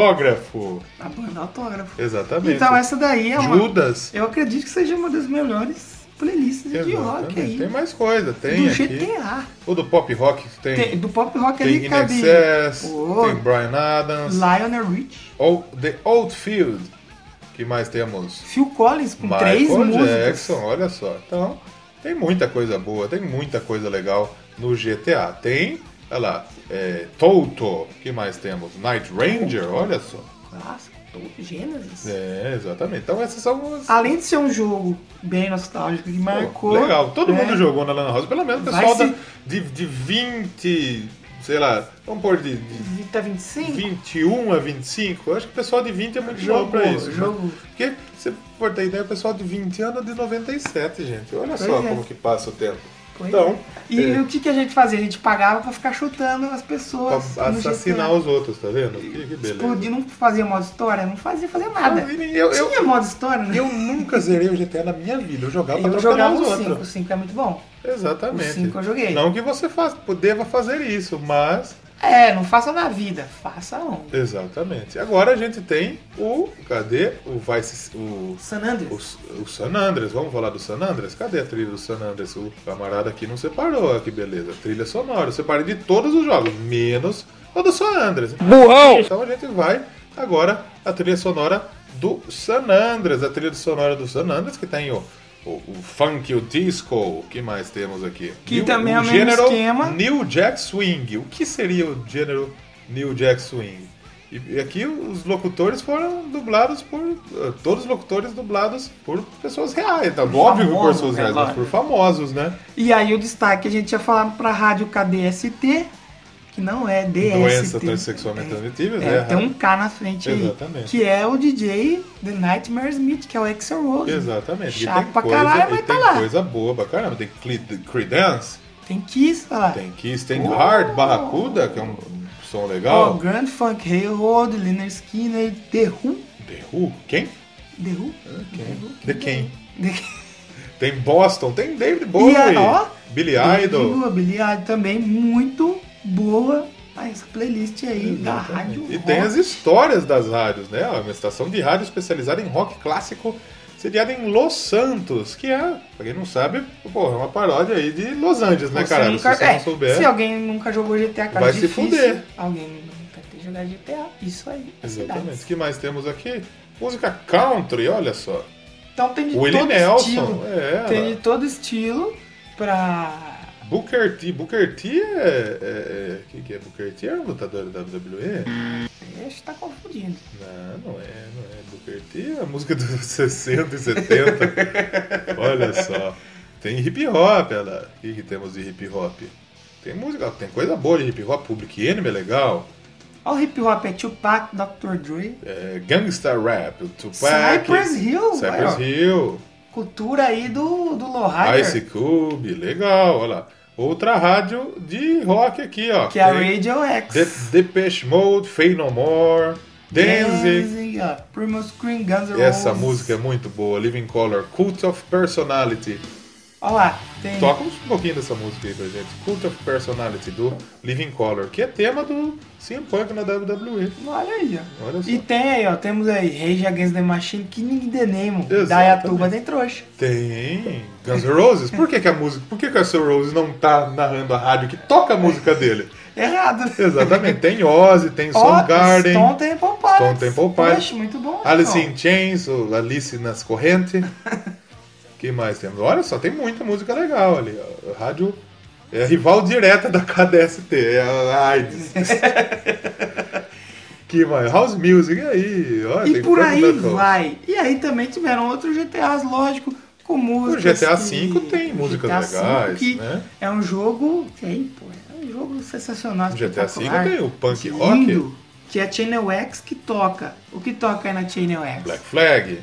Speaker 1: Autógrafo.
Speaker 2: A banda autógrafo.
Speaker 1: Exatamente.
Speaker 2: Então essa daí é uma...
Speaker 1: Judas.
Speaker 2: Eu acredito que seja uma das melhores playlists de rock
Speaker 1: Exatamente.
Speaker 2: aí.
Speaker 1: Tem mais coisa. Tem
Speaker 2: do
Speaker 1: aqui.
Speaker 2: GTA.
Speaker 1: O do pop rock que
Speaker 2: é. Tem-
Speaker 1: tem.
Speaker 2: do pop rock
Speaker 1: Tem
Speaker 2: ali
Speaker 1: In
Speaker 2: cabe...
Speaker 1: Excess,
Speaker 2: Pô,
Speaker 1: tem Brian Adams.
Speaker 2: Lionel Rich.
Speaker 1: Ou The Oldfield. Que mais temos?
Speaker 2: Phil Collins com três
Speaker 1: Michael
Speaker 2: músicas.
Speaker 1: Jackson, olha só. Então, tem muita coisa boa, tem muita coisa legal no GTA. Tem, olha lá, é, Toto, que mais temos? Night Ranger, olha só.
Speaker 2: Clássico. Gênesis.
Speaker 1: É, exatamente. Então essas são as...
Speaker 2: Além de ser um jogo bem nostálgico que
Speaker 1: Pô,
Speaker 2: marcou.
Speaker 1: legal, todo
Speaker 2: né?
Speaker 1: mundo jogou na Lan House, pelo menos o
Speaker 2: Vai
Speaker 1: pessoal
Speaker 2: se-
Speaker 1: da- de, de 20, sei lá, vamos pôr de, de
Speaker 2: Vita 25.
Speaker 1: 21 a 25, eu acho que o pessoal de 20 é muito
Speaker 2: Jogo,
Speaker 1: jovem pra isso. né?
Speaker 2: jogo.
Speaker 1: Porque, se for ter ideia, o pessoal de 20 anos é de 97, gente. Olha
Speaker 2: Pois
Speaker 1: só
Speaker 2: é.
Speaker 1: como que passa o tempo.
Speaker 2: Pois
Speaker 1: Então,
Speaker 2: E
Speaker 1: é,
Speaker 2: o que, que a gente fazia? A gente pagava pra ficar chutando as pessoas.
Speaker 1: pra
Speaker 2: no
Speaker 1: assassinar
Speaker 2: GTA.
Speaker 1: os outros, tá vendo? Que, que beleza.
Speaker 2: Explodir, não fazia modo história? Não fazia, fazia nada.
Speaker 1: Eu- eu- eu-
Speaker 2: Tinha modo história, né?
Speaker 1: Eu nunca zerei o GTA na minha vida. Eu jogava pra
Speaker 2: Eu
Speaker 1: trocar
Speaker 2: jogava
Speaker 1: os
Speaker 2: o
Speaker 1: outros.
Speaker 2: 5, o 5 é muito bom.
Speaker 1: Exatamente.
Speaker 2: O cinco eu joguei.
Speaker 1: Não que você faça, deva fazer isso, mas.
Speaker 2: É, não faça na vida, faça um. onde?
Speaker 1: Exatamente. Agora a gente tem o. Cadê? O Vice. O,
Speaker 2: San Andreas.
Speaker 1: o, o San Andreas. Vamos falar do San Andreas? Cadê a trilha do San Andreas? ah, O camarada aqui não separou. Olha Que beleza. Trilha sonora. Eu separei de todos os jogos, menos ou do San Andreas.
Speaker 2: Burrão!
Speaker 1: Então a gente vai agora à trilha sonora do San Andreas, a trilha sonora do San Andreas que tem o, o, o funk, o disco, o que mais temos aqui?
Speaker 2: Que também é o mesmo
Speaker 1: gênero
Speaker 2: esquema.
Speaker 1: New Jack Swing. O que seria o gênero New Jack Swing? E, e aqui os locutores foram dublados por. eh, Todos os locutores dublados por pessoas reais, tá? Óbvio que por
Speaker 2: famosos,
Speaker 1: pessoas
Speaker 2: é
Speaker 1: reais, mas
Speaker 2: claro.
Speaker 1: por famosos, né?
Speaker 2: E aí o destaque a gente tinha falado pra rádio KDST, que não é DST.
Speaker 1: Doença transexualmente transmitível,
Speaker 2: É,
Speaker 1: né?
Speaker 2: tem um K na frente aí.
Speaker 1: Exatamente.
Speaker 2: Que é o DJ The Nightmare Smith, que é o Axel Rose.
Speaker 1: Exatamente.
Speaker 2: Chato
Speaker 1: e tem
Speaker 2: pra
Speaker 1: coisa,
Speaker 2: caralho,
Speaker 1: e
Speaker 2: mas tá
Speaker 1: tem
Speaker 2: lá.
Speaker 1: coisa boa pra caramba. Tem Cle- Creedence,
Speaker 2: Tem Kiss, olha lá.
Speaker 1: tem Kiss, tem Hard, Barracuda, que é um som
Speaker 2: Ó,
Speaker 1: legal.
Speaker 2: Grand Funk Railroad, Leonard Skinner, The Who.
Speaker 1: The Who, quem?
Speaker 2: The Who?
Speaker 1: The Quem.
Speaker 2: The...
Speaker 1: Tem Boston, tem David Bowie,
Speaker 2: E, ó,
Speaker 1: Billy Idol.
Speaker 2: Boa, Billy Idol também, muito boa ah, essa playlist aí da
Speaker 1: Exatamente.
Speaker 2: rádio.
Speaker 1: E
Speaker 2: rock.
Speaker 1: tem as histórias das rádios, né? Ó, Uma estação de rádio especializada em rock clássico, sediada em Los Santos, que é, pra quem não sabe, porra, é uma paródia aí de Los Angeles, né,
Speaker 2: Você
Speaker 1: caralho?
Speaker 2: nunca-
Speaker 1: Se você
Speaker 2: é,
Speaker 1: não souber.
Speaker 2: se alguém nunca jogou GTA, cara, é
Speaker 1: vai se
Speaker 2: difícil.
Speaker 1: fuder.
Speaker 2: Alguém nunca tem jogado GTA, isso aí. é
Speaker 1: Exatamente.
Speaker 2: cidades.
Speaker 1: O que mais temos aqui? Música country, olha só.
Speaker 2: Então tem de
Speaker 1: Willie
Speaker 2: todo
Speaker 1: Nelson.
Speaker 2: estilo.
Speaker 1: É,
Speaker 2: Tem de todo estilo pra.
Speaker 1: Booker T. Booker T é. é, é quem que é Booker T? É um lutador da WWE?
Speaker 2: Acho que tá confundindo.
Speaker 1: Não, não é, não é. Booker T é a música dos 60 e 70. Olha só. Tem hip hop, olha lá. O que, que temos de hip hop? Tem música, tem coisa boa de hip hop, Public Enemy é legal.
Speaker 2: Olha o hip hop, é Tupac, Dr. Dre,
Speaker 1: É, Gangsta Rap, o Tupac.
Speaker 2: Cypress Hill,
Speaker 1: Cypress
Speaker 2: olha, ó.
Speaker 1: Hill.
Speaker 2: cultura aí do, do Lowrider,
Speaker 1: Ice Cube, legal, olha lá. Outra rádio de rock aqui, ó.
Speaker 2: que é a
Speaker 1: Tem
Speaker 2: Radio X.
Speaker 1: De Depeche Mode, Fey No More, Danzig.
Speaker 2: Danzig, ó, Primo Screen, Guns N'
Speaker 1: Essa
Speaker 2: Roses.
Speaker 1: música é muito boa, Living Color, Cult of Personality.
Speaker 2: Olha lá, tem.
Speaker 1: Toca um pouquinho dessa música aí pra gente. Cult of Personality, do Living Color, que é tema do CM Punk na WWE.
Speaker 2: Olha aí, ó.
Speaker 1: Olha só.
Speaker 2: E tem aí, ó, temos aí Rage Against the Machine, Killing the Name,
Speaker 1: Exatamente.
Speaker 2: Dayatuba tem trouxa.
Speaker 1: Tem Guns N' Roses. Por que, que a música. Por que, que o Axl Rose não tá narrando a rádio que toca a música dele?
Speaker 2: Errado.
Speaker 1: Exatamente. Tem Ozzy, tem
Speaker 2: Ó,
Speaker 1: Soundgarden.
Speaker 2: Stone Temple Pilots.
Speaker 1: Stone Temple Pilots.
Speaker 2: Poxa, muito bom.
Speaker 1: Alice
Speaker 2: então.
Speaker 1: in Chains, o Alice nas correntes. que mais temos? Olha só, tem muita música legal ali. ó. A Rádio é a rival direta da KDST, é a AIDS. que mais? House Music aí. Olha,
Speaker 2: E
Speaker 1: tem
Speaker 2: por
Speaker 1: Frank
Speaker 2: aí
Speaker 1: Knuckles.
Speaker 2: vai. E aí também tiveram outros GTAs, lógico, com
Speaker 1: O
Speaker 2: músicas.
Speaker 1: GTA
Speaker 2: que-
Speaker 1: V tem músicas
Speaker 2: GTA V
Speaker 1: legais,
Speaker 2: que
Speaker 1: né?
Speaker 2: É um jogo. que aí, pô, é um jogo sensacional.
Speaker 1: O GTA V
Speaker 2: espetacular,
Speaker 1: tem o punk
Speaker 2: lindo,
Speaker 1: rock,
Speaker 2: Que é a Channel X que toca. O que toca aí na Channel X?
Speaker 1: Black Flag,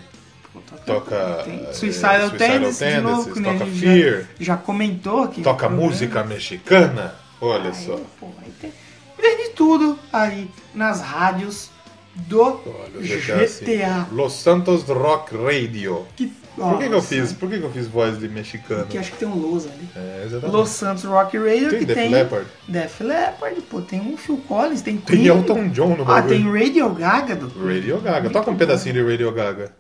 Speaker 2: Pô, toca,
Speaker 1: toca,
Speaker 2: tem
Speaker 1: eh,
Speaker 2: Suicidal
Speaker 1: Suicidal
Speaker 2: Tendencies, de novo,
Speaker 1: Tendencies,
Speaker 2: que nem a
Speaker 1: toca
Speaker 2: gente
Speaker 1: Fear.
Speaker 2: Já, já comentou que.
Speaker 1: toca
Speaker 2: programa-
Speaker 1: música mexicana. Olha
Speaker 2: Aí,
Speaker 1: só.
Speaker 2: pô, aí tem, tem de tudo aí nas rádios do
Speaker 1: Olha, o GTA,
Speaker 2: GTA.
Speaker 1: V. Los Santos Rock Radio.
Speaker 2: Que,
Speaker 1: Por que, que eu
Speaker 2: nossa,
Speaker 1: fiz? Por que, que eu fiz voz de mexicano?
Speaker 2: Que acho que tem um Los ali.
Speaker 1: É, exatamente.
Speaker 2: Los Santos Rock Radio
Speaker 1: Tem
Speaker 2: que
Speaker 1: Def
Speaker 2: tem.
Speaker 1: Leppard.
Speaker 2: Def Leppard, pô, tem um Phil Collins, tem
Speaker 1: Tem
Speaker 2: Queen.
Speaker 1: Elton John né? no
Speaker 2: Ah,
Speaker 1: bagulho.
Speaker 2: tem Radio Gaga do.
Speaker 1: Radio Gaga. Toca um pedacinho de Radio Gaga.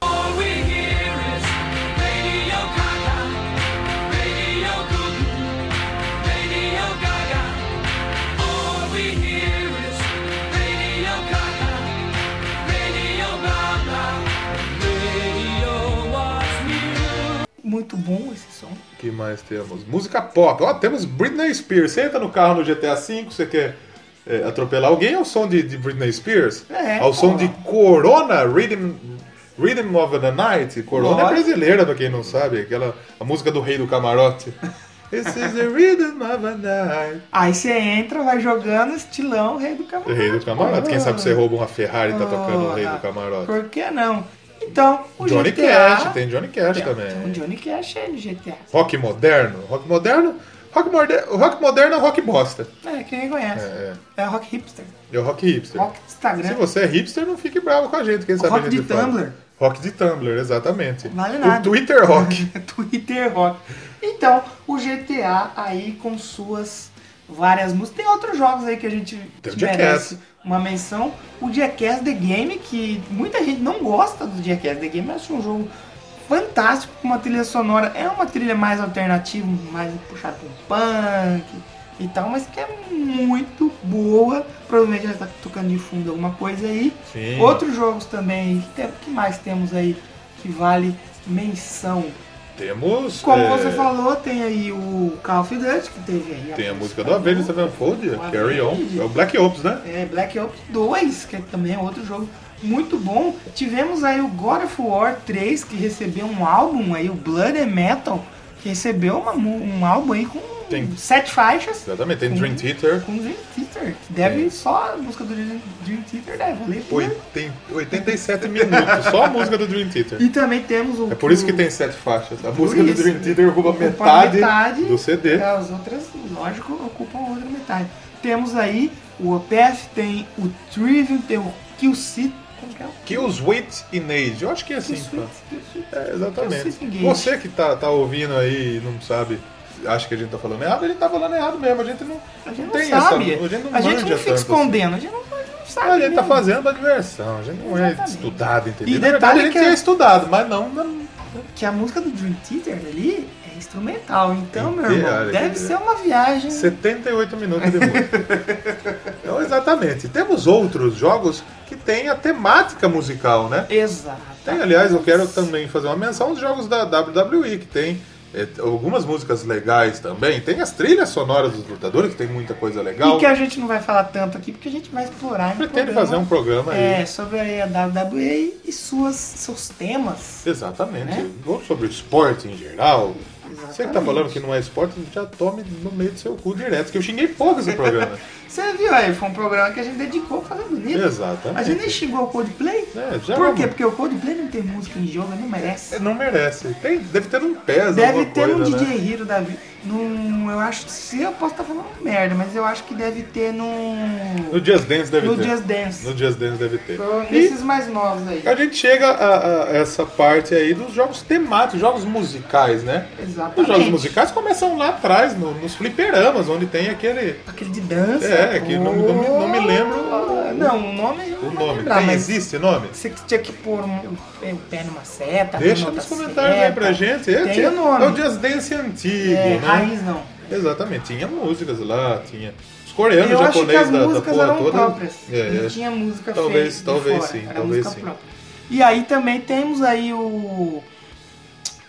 Speaker 2: Muito bom esse som.
Speaker 1: O que mais temos? Música pop. Ó, temos Britney Spears. Você entra no carro no GTA V, você quer é, atropelar alguém ao som de, de Britney Spears?
Speaker 2: É,
Speaker 1: Ao som
Speaker 2: pô.
Speaker 1: de Corona, Rhythm, Rhythm of the Night. Corona
Speaker 2: Lógico.
Speaker 1: é brasileira, pra quem não sabe. Aquela, a música do Rei do Camarote. This is the rhythm of the night.
Speaker 2: Aí você entra, vai jogando, estilão, rei do
Speaker 1: O
Speaker 2: camarote.
Speaker 1: Rei do Camarote. Quem sabe você rouba uma Ferrari e tá tocando o Rei do
Speaker 2: Ah,
Speaker 1: Camarote.
Speaker 2: Por que não? Então, o
Speaker 1: Johnny
Speaker 2: GTA.
Speaker 1: Cash, tem Johnny Cash
Speaker 2: tem-
Speaker 1: também.
Speaker 2: tem um Johnny Cash aí no GTA.
Speaker 1: Rock moderno. Rock moderno. Rock, morde- o rock moderno é o rock bosta.
Speaker 2: É, quem nem conhece.
Speaker 1: É,
Speaker 2: É, rock hipster.
Speaker 1: é. É o rock hipster.
Speaker 2: Rock do
Speaker 1: Se
Speaker 2: Instagram.
Speaker 1: você é hipster, não fique bravo com a gente, quem sabe
Speaker 2: Rock
Speaker 1: a gente
Speaker 2: de
Speaker 1: fala.
Speaker 2: Tumblr.
Speaker 1: Rock de Tumblr, exatamente.
Speaker 2: Vale nada.
Speaker 1: O Twitter é rock.
Speaker 2: é Twitter rock. Então, o GTA aí com suas várias músicas. Tem outros jogos aí que a gente
Speaker 1: Tem o
Speaker 2: merece uma menção. O Jackass The Game, que muita gente não gosta do Jackass The Game, mas acho um jogo fantástico, com uma trilha sonora. É uma trilha mais alternativa, mais puxada pro punk, e tal, mas que é muito boa. Provavelmente já tá tocando de fundo alguma coisa aí.
Speaker 4: Sim.
Speaker 2: Outros jogos também, que, tem- que mais temos aí que vale menção?
Speaker 1: Temos.
Speaker 2: Como
Speaker 1: é,
Speaker 2: você falou, tem aí o Call of Duty, que teve aí.
Speaker 1: Tem a música do Avengers Sevenfold,
Speaker 2: O
Speaker 1: Carry On.
Speaker 2: Avenged.
Speaker 1: É o Black Ops, né?
Speaker 2: É, Black Ops 2, que é também é outro jogo muito bom. Tivemos aí o God of War 3, que recebeu um álbum aí, o Blood and Metal, que recebeu uma mu- um álbum aí com
Speaker 1: Tem.
Speaker 2: sete faixas.
Speaker 1: Exatamente. Tem
Speaker 2: Com-
Speaker 1: Dream Theater.
Speaker 2: Com Dream Theater, que deve só a música do Dream Dream Theater deve valer por.
Speaker 1: Oi- tem 87 minutos, só a música do Dream Theater.
Speaker 2: E também temos o.
Speaker 1: É por isso que
Speaker 2: o-
Speaker 1: tem sete faixas. A
Speaker 2: por
Speaker 1: música do
Speaker 2: isso,
Speaker 1: Dream Theater ocupa metade, do CD.
Speaker 2: É, As outras, lógico, ocupam a outra metade. Temos aí o OPF, tem o Trivium, tem o Killseat. Como que é?
Speaker 1: Kills Wit e Nage. Eu acho que é assim.
Speaker 2: Killsuit,
Speaker 1: fala.
Speaker 2: Killsuit.
Speaker 1: É,
Speaker 2: Eu
Speaker 1: exatamente.
Speaker 2: sei ninguém.
Speaker 1: Você que tá, tá ouvindo aí e não sabe, acha que a gente tá falando errado, a gente tá falando errado mesmo. A gente não,
Speaker 2: A gente não
Speaker 1: tem
Speaker 2: sabe.
Speaker 1: essa. A gente não,
Speaker 2: a gente
Speaker 1: manja
Speaker 2: não fica
Speaker 1: tanto
Speaker 2: escondendo, a gente não, a gente não
Speaker 1: assim.
Speaker 2: sabe.
Speaker 1: A gente tá
Speaker 2: mesmo.
Speaker 1: fazendo pra diversão, a gente não é
Speaker 2: Exatamente.
Speaker 1: estudado, entendeu?
Speaker 2: E
Speaker 1: Na verdade,
Speaker 2: detalhe
Speaker 1: a gente
Speaker 2: que
Speaker 1: é
Speaker 2: é-
Speaker 1: estudado, mas não. não-
Speaker 2: Que a música do Dream Theater ali é instrumental. Então, meu
Speaker 1: Entendi,
Speaker 2: irmão,
Speaker 1: olha,
Speaker 2: deve
Speaker 1: entendi.
Speaker 2: ser uma viagem.
Speaker 1: 78 minutos de música. então, exatamente. Temos outros jogos que têm a temática musical, né? Tem,
Speaker 2: Exata.
Speaker 1: aliás, eu quero também fazer uma menção aos jogos da WWE, que tem é, algumas músicas legais também. Tem as trilhas sonoras dos lutadores, que tem muita coisa legal.
Speaker 2: E que a gente não vai falar tanto aqui, porque a gente vai explorar. em
Speaker 1: Pretende
Speaker 2: programa,
Speaker 1: fazer um programa aí.
Speaker 2: É, sobre aí a WWE e suas, seus temas.
Speaker 1: Exatamente.
Speaker 2: Né?
Speaker 1: Ou sobre o esporte em geral. Você que tá
Speaker 2: Exatamente.
Speaker 1: falando que não é esporte, já tome no meio do seu cu direto, que eu xinguei pouco esse programa.
Speaker 2: Você viu aí, foi um programa que a gente dedicou a fazer bonito.
Speaker 1: Exatamente.
Speaker 2: A gente nem xingou o Coldplay.
Speaker 1: É, já
Speaker 2: Por
Speaker 1: vamos-
Speaker 2: quê? Porque o Coldplay não tem música em jogo, não merece.
Speaker 1: É, Não merece. Tem, deve ter um pés
Speaker 2: Deve
Speaker 1: alguma
Speaker 2: ter um
Speaker 1: coisa, né?
Speaker 2: DJ Hero da vida. Num, eu acho que se eu posso estar falando merda, mas eu acho que deve ter num.
Speaker 1: No Just Dance deve
Speaker 2: No
Speaker 1: ter.
Speaker 2: Just Dance.
Speaker 1: No Just Dance deve ter.
Speaker 2: Pro-
Speaker 1: E- É,
Speaker 2: Nesses mais novos aí.
Speaker 1: A gente chega a, a essa parte aí dos jogos temáticos, jogos musicais, né? Os jogos
Speaker 2: Exatamente.
Speaker 1: musicais começam lá atrás, no- nos fliperamas, onde tem aquele.
Speaker 2: Aquele de dança. Oh,
Speaker 1: É, que não- não me- não me lembro o-
Speaker 2: Não, o nome. eu
Speaker 1: O
Speaker 2: não vou
Speaker 1: nome.
Speaker 2: lembrar,
Speaker 1: tem,
Speaker 2: mas
Speaker 1: Existe nome?
Speaker 2: Você que tinha que pôr um, é, o pé numa seta.
Speaker 1: Deixa
Speaker 2: a mão
Speaker 1: nos
Speaker 2: na
Speaker 1: comentários aí
Speaker 2: seta.
Speaker 1: pra gente. É,
Speaker 2: Tem
Speaker 1: tinha-
Speaker 2: o nome.
Speaker 1: É o Just Dance antigo,
Speaker 2: É,
Speaker 1: né?
Speaker 2: raiz não.
Speaker 1: Exatamente, tinha músicas lá, tinha. Os coreanos,
Speaker 2: Eu acho que
Speaker 1: japonês
Speaker 2: as
Speaker 1: da, da
Speaker 2: músicas
Speaker 1: porra
Speaker 2: eram
Speaker 1: toda.
Speaker 2: próprias.
Speaker 1: É,
Speaker 2: não
Speaker 1: é.
Speaker 2: tinha música
Speaker 1: Talvez-
Speaker 2: feita de
Speaker 1: talvez
Speaker 2: fora,
Speaker 1: sim,
Speaker 2: era
Speaker 1: talvez
Speaker 2: música
Speaker 1: sim.
Speaker 2: própria. E aí também temos aí o...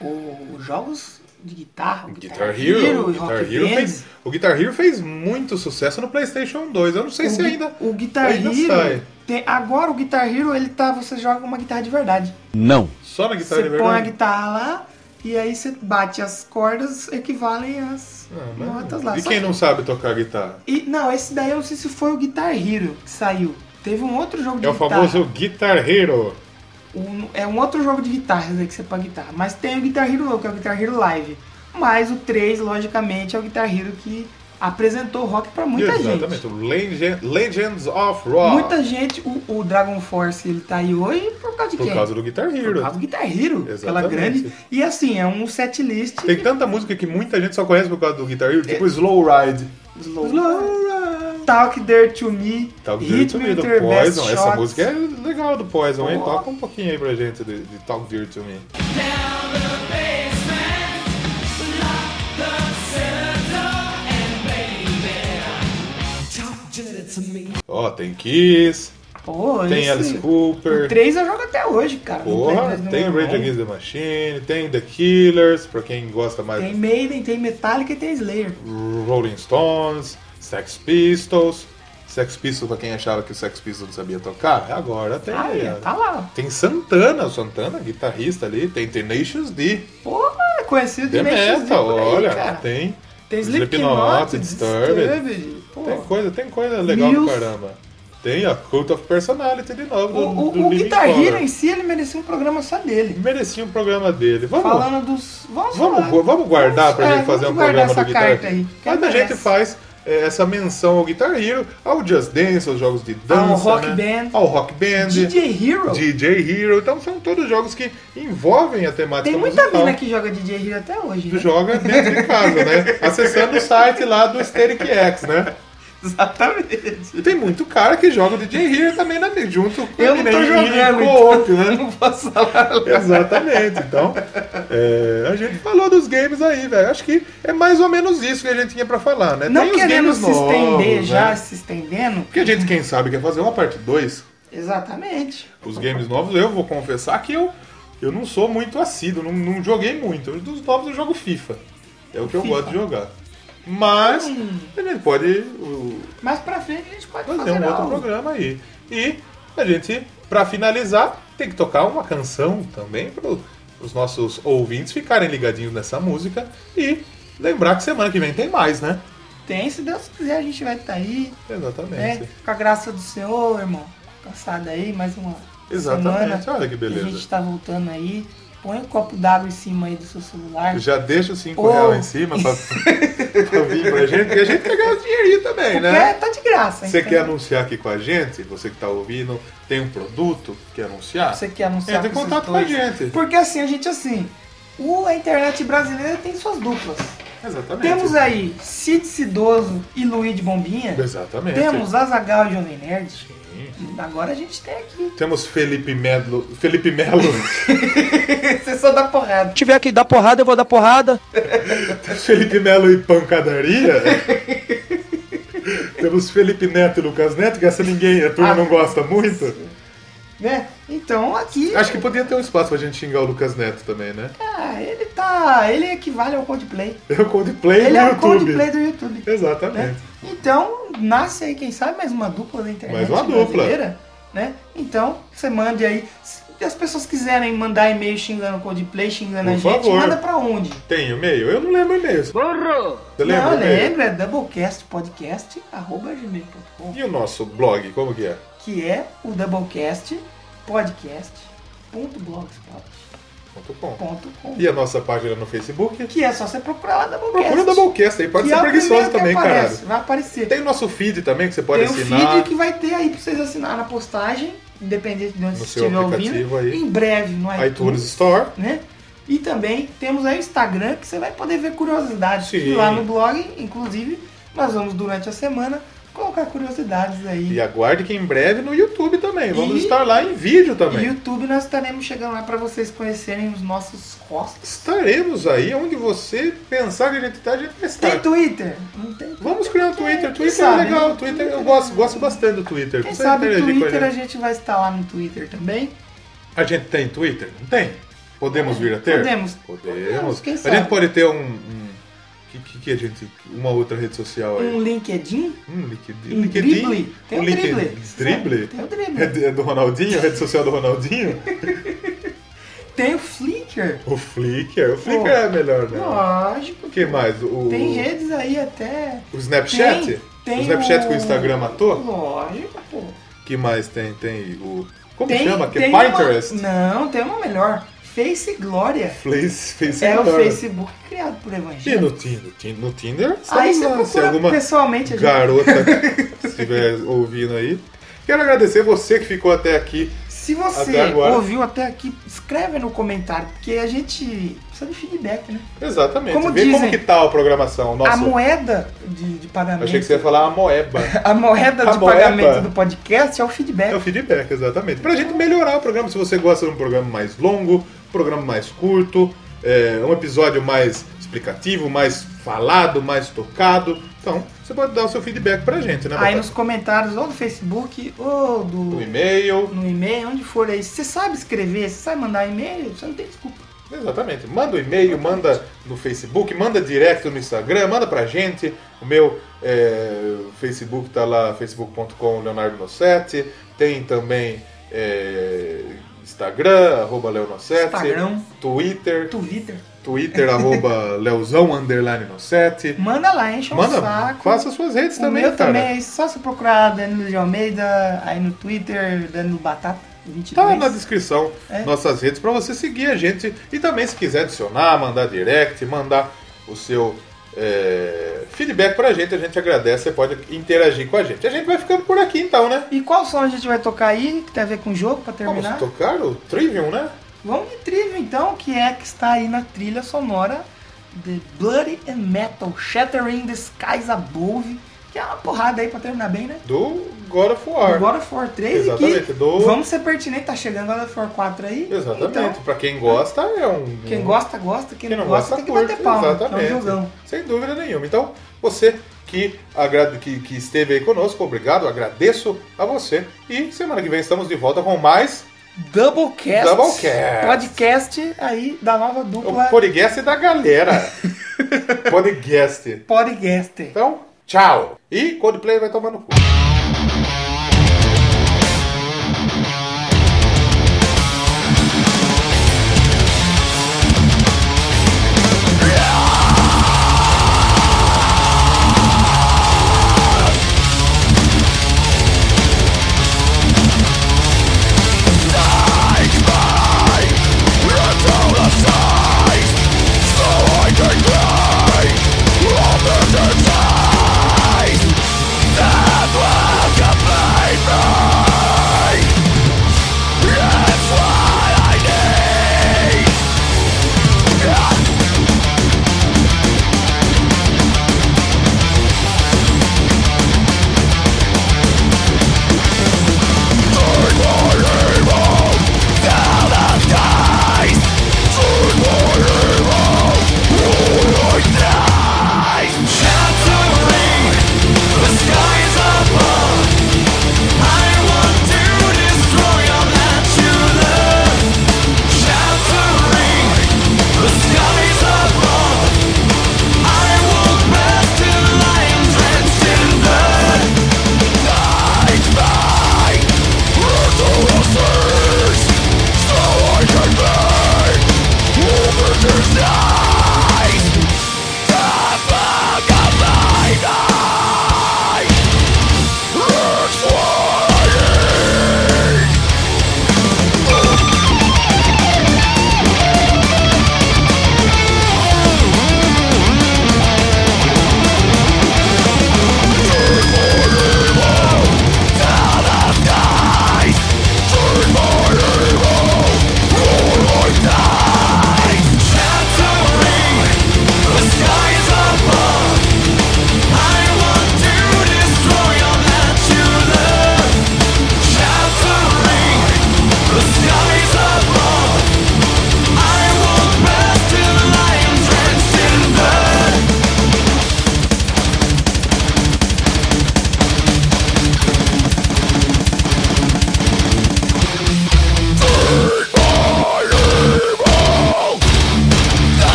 Speaker 2: o- os jogos de guitarra. o
Speaker 1: Guitar Hero,
Speaker 2: e
Speaker 1: o Guitar
Speaker 2: Rock
Speaker 1: Hero
Speaker 2: Band.
Speaker 1: fez, o Guitar Hero fez muito sucesso no PlayStation 2. Eu não sei
Speaker 2: o,
Speaker 1: se
Speaker 2: gui-
Speaker 1: ainda
Speaker 2: o Guitar
Speaker 1: ainda sai.
Speaker 2: Hero... tem- agora o Guitar Hero, ele tá, você joga uma guitarra de verdade.
Speaker 3: Não.
Speaker 1: só na guitarra
Speaker 2: Você
Speaker 1: de
Speaker 2: põe a
Speaker 1: verdade.
Speaker 2: guitarra lá e aí você bate as cordas, equivalem às
Speaker 1: Ah, mas-
Speaker 2: notas lá.
Speaker 1: E
Speaker 2: Só
Speaker 1: quem
Speaker 2: que-
Speaker 1: não sabe tocar guitarra?
Speaker 2: E, não, esse daí eu não sei se foi o Guitar Hero que saiu. Teve um outro jogo de
Speaker 1: É o
Speaker 2: guitarra.
Speaker 1: famoso Guitar Hero.
Speaker 2: um- é um outro jogo de guitarras aí que você põe guitarra. Mas tem o Guitar Hero, que é o Guitar Hero Live. Mas o 3, logicamente, é o Guitar Hero que apresentou o rock pra muita
Speaker 1: Exatamente,
Speaker 2: gente.
Speaker 1: o Legend- Legends of Rock.
Speaker 2: Muita gente, o, o Dragon Force, ele tá aí hoje por causa de
Speaker 1: Por
Speaker 2: quem?
Speaker 1: causa do Guitar Hero.
Speaker 2: Por causa do Guitar Hero. Aquela
Speaker 1: Exatamente.
Speaker 2: grande. E assim, é um setlist.
Speaker 1: Tem tanta música que muita gente só conhece por causa do Guitar Hero,
Speaker 2: É.
Speaker 1: tipo Slow Ride.
Speaker 2: Slow.
Speaker 1: Slow Ride.
Speaker 2: Talk Dirt to Me.
Speaker 1: Tá, o Dirt
Speaker 2: Hit
Speaker 1: to
Speaker 2: Me
Speaker 1: Me do
Speaker 2: With Your Best
Speaker 1: Poison. Essa
Speaker 2: Shots.
Speaker 1: música é legal do Poison, hein?
Speaker 2: Pô.
Speaker 1: Toca um pouquinho aí pra gente de, de Talk Dirt to Me. Ó, tem Kiss,
Speaker 2: Pô,
Speaker 1: tem
Speaker 2: esse-
Speaker 1: Alice Cooper.
Speaker 2: O 3 eu jogo até hoje, cara. no Play
Speaker 1: Porra,
Speaker 2: 2 do
Speaker 1: tem
Speaker 2: meu
Speaker 1: Rage
Speaker 2: irmão.
Speaker 1: Against the Machine, tem The Killers, pra quem gosta mais
Speaker 2: Tem Maiden, tem Metallica e tem Slayer.
Speaker 1: Rolling Stones, Sex Pistols. Sex Pistols, pra quem achava que o Sex Pistols não sabia tocar, agora tem. né?
Speaker 2: Ah, é, tá lá.
Speaker 1: Tem Santana, o Santana, guitarrista ali, tem Tenacious D,
Speaker 2: Porra, é conhecido
Speaker 1: The
Speaker 2: de Nation
Speaker 1: Metal,
Speaker 2: Z por aí,
Speaker 1: olha,
Speaker 2: cara.
Speaker 1: tem,
Speaker 2: Tem
Speaker 1: Slipknot,
Speaker 2: Slipknot,
Speaker 1: Disturbed.
Speaker 2: Disturbed. Pô,
Speaker 1: tem coisa, tem coisa legal do
Speaker 2: Muse.
Speaker 1: caramba. Tem a Cult of Personality de novo,
Speaker 2: o,
Speaker 1: do,
Speaker 2: o,
Speaker 1: do
Speaker 2: o
Speaker 1: Living
Speaker 2: Guitar Hero
Speaker 1: Colour.
Speaker 2: em si, ele merecia um programa só dele.
Speaker 1: Merecia um programa dele. Vamos,
Speaker 2: Falando dos... Vamos,
Speaker 1: Vamos,
Speaker 2: falar.
Speaker 1: gu- vamos guardar pra
Speaker 2: Vamos-
Speaker 1: gente
Speaker 2: é,
Speaker 1: fazer um
Speaker 2: vamos guardar
Speaker 1: programa do
Speaker 2: essa
Speaker 1: Guitar
Speaker 2: carta
Speaker 1: Hero.
Speaker 2: aí, que
Speaker 1: Mas a gente
Speaker 2: merece.
Speaker 1: faz é, essa menção ao Guitar Hero, ao Just Dance, aos jogos de dança,
Speaker 2: Rock
Speaker 1: né?
Speaker 2: Band.
Speaker 1: ao Rock Band,
Speaker 2: DJ Hero.
Speaker 1: DJ Hero. Então são todos jogos que envolvem a temática
Speaker 2: Tem muita
Speaker 1: musical.
Speaker 2: mina que joga DJ Hero até hoje,
Speaker 1: Tu
Speaker 2: né?
Speaker 1: joga dentro de casa, né? Acessando o site lá do Steric X, né?
Speaker 2: Exatamente.
Speaker 1: Tem muito cara que joga o DJ Hero também na, junto com
Speaker 2: Eu
Speaker 1: o
Speaker 2: não tô jogando,
Speaker 1: com
Speaker 2: então
Speaker 1: outro, né?
Speaker 2: não posso falar.
Speaker 1: Exatamente. Então, é, a gente falou dos games aí, velho. Acho que é mais ou menos isso que a gente tinha pra falar, né?
Speaker 2: Não
Speaker 1: Tem os
Speaker 2: queremos se
Speaker 1: games novos,
Speaker 2: estender
Speaker 1: né?
Speaker 2: já, se estendendo.
Speaker 1: Porque a gente, quem sabe, quer fazer uma parte 2.
Speaker 2: Exatamente.
Speaker 1: Os games novos, eu vou confessar que eu, eu não sou muito assíduo, não, não joguei muito. Dos novos eu jogo FIFA. É o que eu
Speaker 2: FIFA.
Speaker 1: gosto de jogar. Mas a gente pode uh,
Speaker 2: Mas pra frente a gente pode fazer,
Speaker 1: fazer um outro
Speaker 2: algo.
Speaker 1: programa aí. E a gente, pra finalizar, tem que tocar uma canção também para os nossos ouvintes ficarem ligadinhos nessa música e lembrar que semana que vem tem mais, né?
Speaker 2: Tem, se Deus quiser, a gente vai estar aí, né?
Speaker 1: Exatamente.
Speaker 2: Com a graça do Senhor, irmão. Cansado aí, mais uma
Speaker 1: Exatamente.
Speaker 2: semana.
Speaker 1: Olha que beleza.
Speaker 2: A gente tá voltando aí. Põe um copo d'água em cima aí do seu celular.
Speaker 1: Já deixa os 5
Speaker 2: Ou-
Speaker 1: reais em cima pra, pra vir pra gente, porque a gente quer ganhar um dinheirinho também,
Speaker 2: Porque
Speaker 1: né?
Speaker 2: tá de graça.
Speaker 1: Você
Speaker 2: então.
Speaker 1: quer anunciar aqui com a gente? Você que tá ouvindo, tem um produto que anunciar?
Speaker 2: Você quer anunciar
Speaker 1: Entra em
Speaker 2: com esses
Speaker 1: É, contato com a
Speaker 2: dois?
Speaker 1: gente.
Speaker 2: Porque assim, a gente assim... O, a internet brasileira tem suas duplas.
Speaker 1: Exatamente.
Speaker 2: Temos aí Cid Cidoso e Luiz de Bombinha.
Speaker 1: Exatamente.
Speaker 2: Temos Azagal e Jovem Nerd. Agora a gente tem aqui.
Speaker 1: Temos Felipe Melo. Felipe Melo.
Speaker 2: Você só dá porrada.
Speaker 5: tiver que dar porrada, eu vou dar porrada.
Speaker 1: Felipe Melo e pancadaria. Temos Felipe Neto e Lucas Neto, que essa ninguém, a turma
Speaker 2: Ah,
Speaker 1: não gosta muito.
Speaker 2: Né? Então aqui.
Speaker 1: Acho que podia ter um espaço pra gente xingar o Lucas Neto também, né?
Speaker 2: Ah, ele tá. Ele equivale ao Coldplay.
Speaker 1: É o Coldplay
Speaker 2: ele
Speaker 1: no
Speaker 2: é o
Speaker 1: YouTube.
Speaker 2: Coldplay do YouTube. né?
Speaker 1: Exatamente.
Speaker 2: Então, nasce aí, quem sabe, mais uma dupla da internet.
Speaker 1: Mais uma dupla.
Speaker 2: brasileira, Né? Então, você mande aí. Se as pessoas quiserem mandar e-mail xingando o Coldplay, xingando
Speaker 1: Por
Speaker 2: a gente,
Speaker 1: favor.
Speaker 2: manda pra onde?
Speaker 1: Tem e-mail? Eu não lembro e-mail. Burro! Você lembra?
Speaker 2: Não,
Speaker 1: o e-mail?
Speaker 2: lembra, é doublecastpodcast.gmail.com
Speaker 1: E o nosso blog, como que é?
Speaker 2: que é o doublecastpodcast.blogspot.com
Speaker 1: .com. E a nossa página no Facebook?
Speaker 2: que é só você procurar lá Doublecast.
Speaker 1: Procura o Doublecast aí, pode
Speaker 2: Que é
Speaker 1: ser
Speaker 2: o primeiro
Speaker 1: preguiçoso
Speaker 2: que
Speaker 1: também,
Speaker 2: aparece,
Speaker 1: caralho.
Speaker 2: Vai aparecer.
Speaker 1: Tem o nosso feed também que você pode
Speaker 2: Tem o
Speaker 1: assinar.
Speaker 2: feed que vai ter aí pra vocês assinar na postagem, independente de onde
Speaker 1: No
Speaker 2: você
Speaker 1: seu
Speaker 2: estiver ouvindo.
Speaker 1: aplicativo aí.
Speaker 2: Em breve no iTunes,
Speaker 1: iTunes Store.
Speaker 2: né? E também temos aí o Instagram, que você vai poder ver curiosidades.
Speaker 1: Sim.
Speaker 2: E lá no blog, inclusive, nós vamos durante a semana colocar curiosidades aí.
Speaker 1: E aguarde que em breve no YouTube também. Vamos
Speaker 2: E-
Speaker 1: estar lá em vídeo
Speaker 2: No
Speaker 1: também.
Speaker 2: YouTube nós estaremos chegando lá pra vocês conhecerem os nossos rostos.
Speaker 1: Estaremos aí onde você pensar que a gente tá, a gente vai estar.
Speaker 2: Tem Twitter? Não tem.
Speaker 1: Vamos criar um Twitter.
Speaker 2: Quem
Speaker 1: Twitter
Speaker 2: sabe,
Speaker 1: é legal.
Speaker 2: né?
Speaker 1: Twitter, eu gosto, gosto bastante do Twitter.
Speaker 2: Quem
Speaker 1: Você
Speaker 2: sabe o
Speaker 1: interagir com a
Speaker 2: Twitter a
Speaker 1: gente.
Speaker 2: gente vai estar lá no Twitter também.
Speaker 1: A gente tem Twitter? Não tem? Podemos vir a ter?
Speaker 2: Podemos.
Speaker 1: Podemos.
Speaker 2: quem
Speaker 1: a
Speaker 2: sabe?
Speaker 1: gente pode ter um. um que, que, que a gente. Uma outra rede social aí.
Speaker 2: Um LinkedIn?
Speaker 1: Hum, LinkedIn.
Speaker 2: Um
Speaker 1: LinkedIn?
Speaker 2: drible? Tem um
Speaker 1: LinkedIn.
Speaker 2: drible.
Speaker 1: Drible?
Speaker 2: Tem um o
Speaker 1: É
Speaker 2: Dribbler.
Speaker 1: de- é do Ronaldinho? A rede social do Ronaldinho?
Speaker 2: Tem o Flickr.
Speaker 1: o Flickr? O Flickr
Speaker 2: Pô.
Speaker 1: é melhor, né?
Speaker 2: Lógico.
Speaker 1: O que mais? O,
Speaker 2: Tem redes aí até.
Speaker 1: o Snapchat?
Speaker 2: Tem- tem
Speaker 1: o Snapchat que o
Speaker 2: o-
Speaker 1: Instagram matou?
Speaker 2: Lógico, pô.
Speaker 1: O que mais tem? Tem o... Como
Speaker 2: Tem,
Speaker 1: chama? Que é
Speaker 2: tem uma-
Speaker 1: Pinterest?
Speaker 2: Não, tem uma melhor. Face Glória.
Speaker 1: Face, Facebook.
Speaker 2: É o Facebook criado por
Speaker 1: E
Speaker 2: evangélicos.
Speaker 1: no Tinder? Tin- No Tinder,
Speaker 2: Aí
Speaker 1: estamos
Speaker 2: você
Speaker 1: lá. Se
Speaker 2: procura
Speaker 1: alguma
Speaker 2: pessoalmente a gente.
Speaker 1: garota que estiver ouvindo aí. Quero agradecer você que ficou até aqui.
Speaker 2: Se
Speaker 1: Até
Speaker 2: você
Speaker 1: agora.
Speaker 2: ouviu até aqui, escreve no comentário, porque a gente precisa de feedback, né?
Speaker 1: Exatamente.
Speaker 2: Como
Speaker 1: Vê como
Speaker 2: dizem,
Speaker 1: que tá a programação. Nossa,
Speaker 2: A moeda de, de pagamento.
Speaker 1: achei que você ia falar a moeba.
Speaker 2: A moeda
Speaker 1: A
Speaker 2: de
Speaker 1: moeda.
Speaker 2: pagamento do podcast é o
Speaker 1: É o
Speaker 2: feedback.
Speaker 1: feedback, exatamente. Pra gente melhorar o programa, se você gosta de um programa mais longo, um programa mais curto, é, um episódio mais explicativo, mais falado, mais tocado. Então, você pode dar o seu feedback pra gente, né,
Speaker 2: Aí
Speaker 1: Batata?
Speaker 2: nos comentários ou do Facebook ou
Speaker 1: No
Speaker 2: do
Speaker 1: e-mail.
Speaker 2: no e-mail, onde for aí. Se Você sabe escrever, você sabe mandar e-mail, você não tem desculpa.
Speaker 1: Exatamente. Manda o e-mail, manda no Facebook, manda direto no Instagram, manda pra gente. O meu é, Facebook tá lá, facebook.com Leonardo Nossetti. Tem também é, Instagram, arroba Leonossetti.
Speaker 2: Instagram.
Speaker 1: Twitter.
Speaker 2: Twitter.
Speaker 1: Twitter, arroba Leozão, underline no set.
Speaker 2: Manda lá, enche o
Speaker 1: Manda,
Speaker 2: um saco.
Speaker 1: faça suas redes
Speaker 2: o
Speaker 1: também,
Speaker 2: meu
Speaker 1: cara.
Speaker 2: também, é só se procurar Danilo de Almeida, aí no Twitter, Danilo Batata, 22.
Speaker 1: Tá na descrição
Speaker 2: É.
Speaker 1: nossas redes pra você seguir a gente. E também se quiser adicionar, mandar direct, mandar o seu é, feedback pra gente, a gente agradece, você pode interagir com a gente. A gente vai ficando por aqui então, né?
Speaker 2: E qual som a gente vai tocar aí, que tem a ver com o jogo, pra
Speaker 1: Vamos
Speaker 2: terminar?
Speaker 1: tocar o Trivium, né?
Speaker 2: Vamos de trilha então, que é que está aí na trilha sonora de Bloody and Metal, Shattering the Skies Above, que é uma porrada aí pra terminar bem, né?
Speaker 1: Do God of War.
Speaker 2: Do God of War 3 e
Speaker 1: Exatamente,
Speaker 2: que,
Speaker 1: do-
Speaker 2: vamos ser pertinentes, tá chegando God of War 4 aí.
Speaker 1: Exatamente.
Speaker 2: Então,
Speaker 1: pra quem gosta, é um.
Speaker 2: quem
Speaker 1: um-
Speaker 2: gosta, gosta. Quem,
Speaker 1: Quem
Speaker 2: não gosta, tem que bater palma.
Speaker 1: Exatamente.
Speaker 2: É um jogão.
Speaker 1: Sem dúvida nenhuma. Então, você que, agrade, que, que esteve aí conosco, obrigado, agradeço a você. E semana que vem estamos de volta com mais
Speaker 2: Doublecast.
Speaker 1: Doublecast.
Speaker 2: Podcast aí da nova dupla
Speaker 1: o podcast da galera. podcast.
Speaker 2: Podcaster.
Speaker 1: Então, tchau. E Coldplay vai tomar no cu.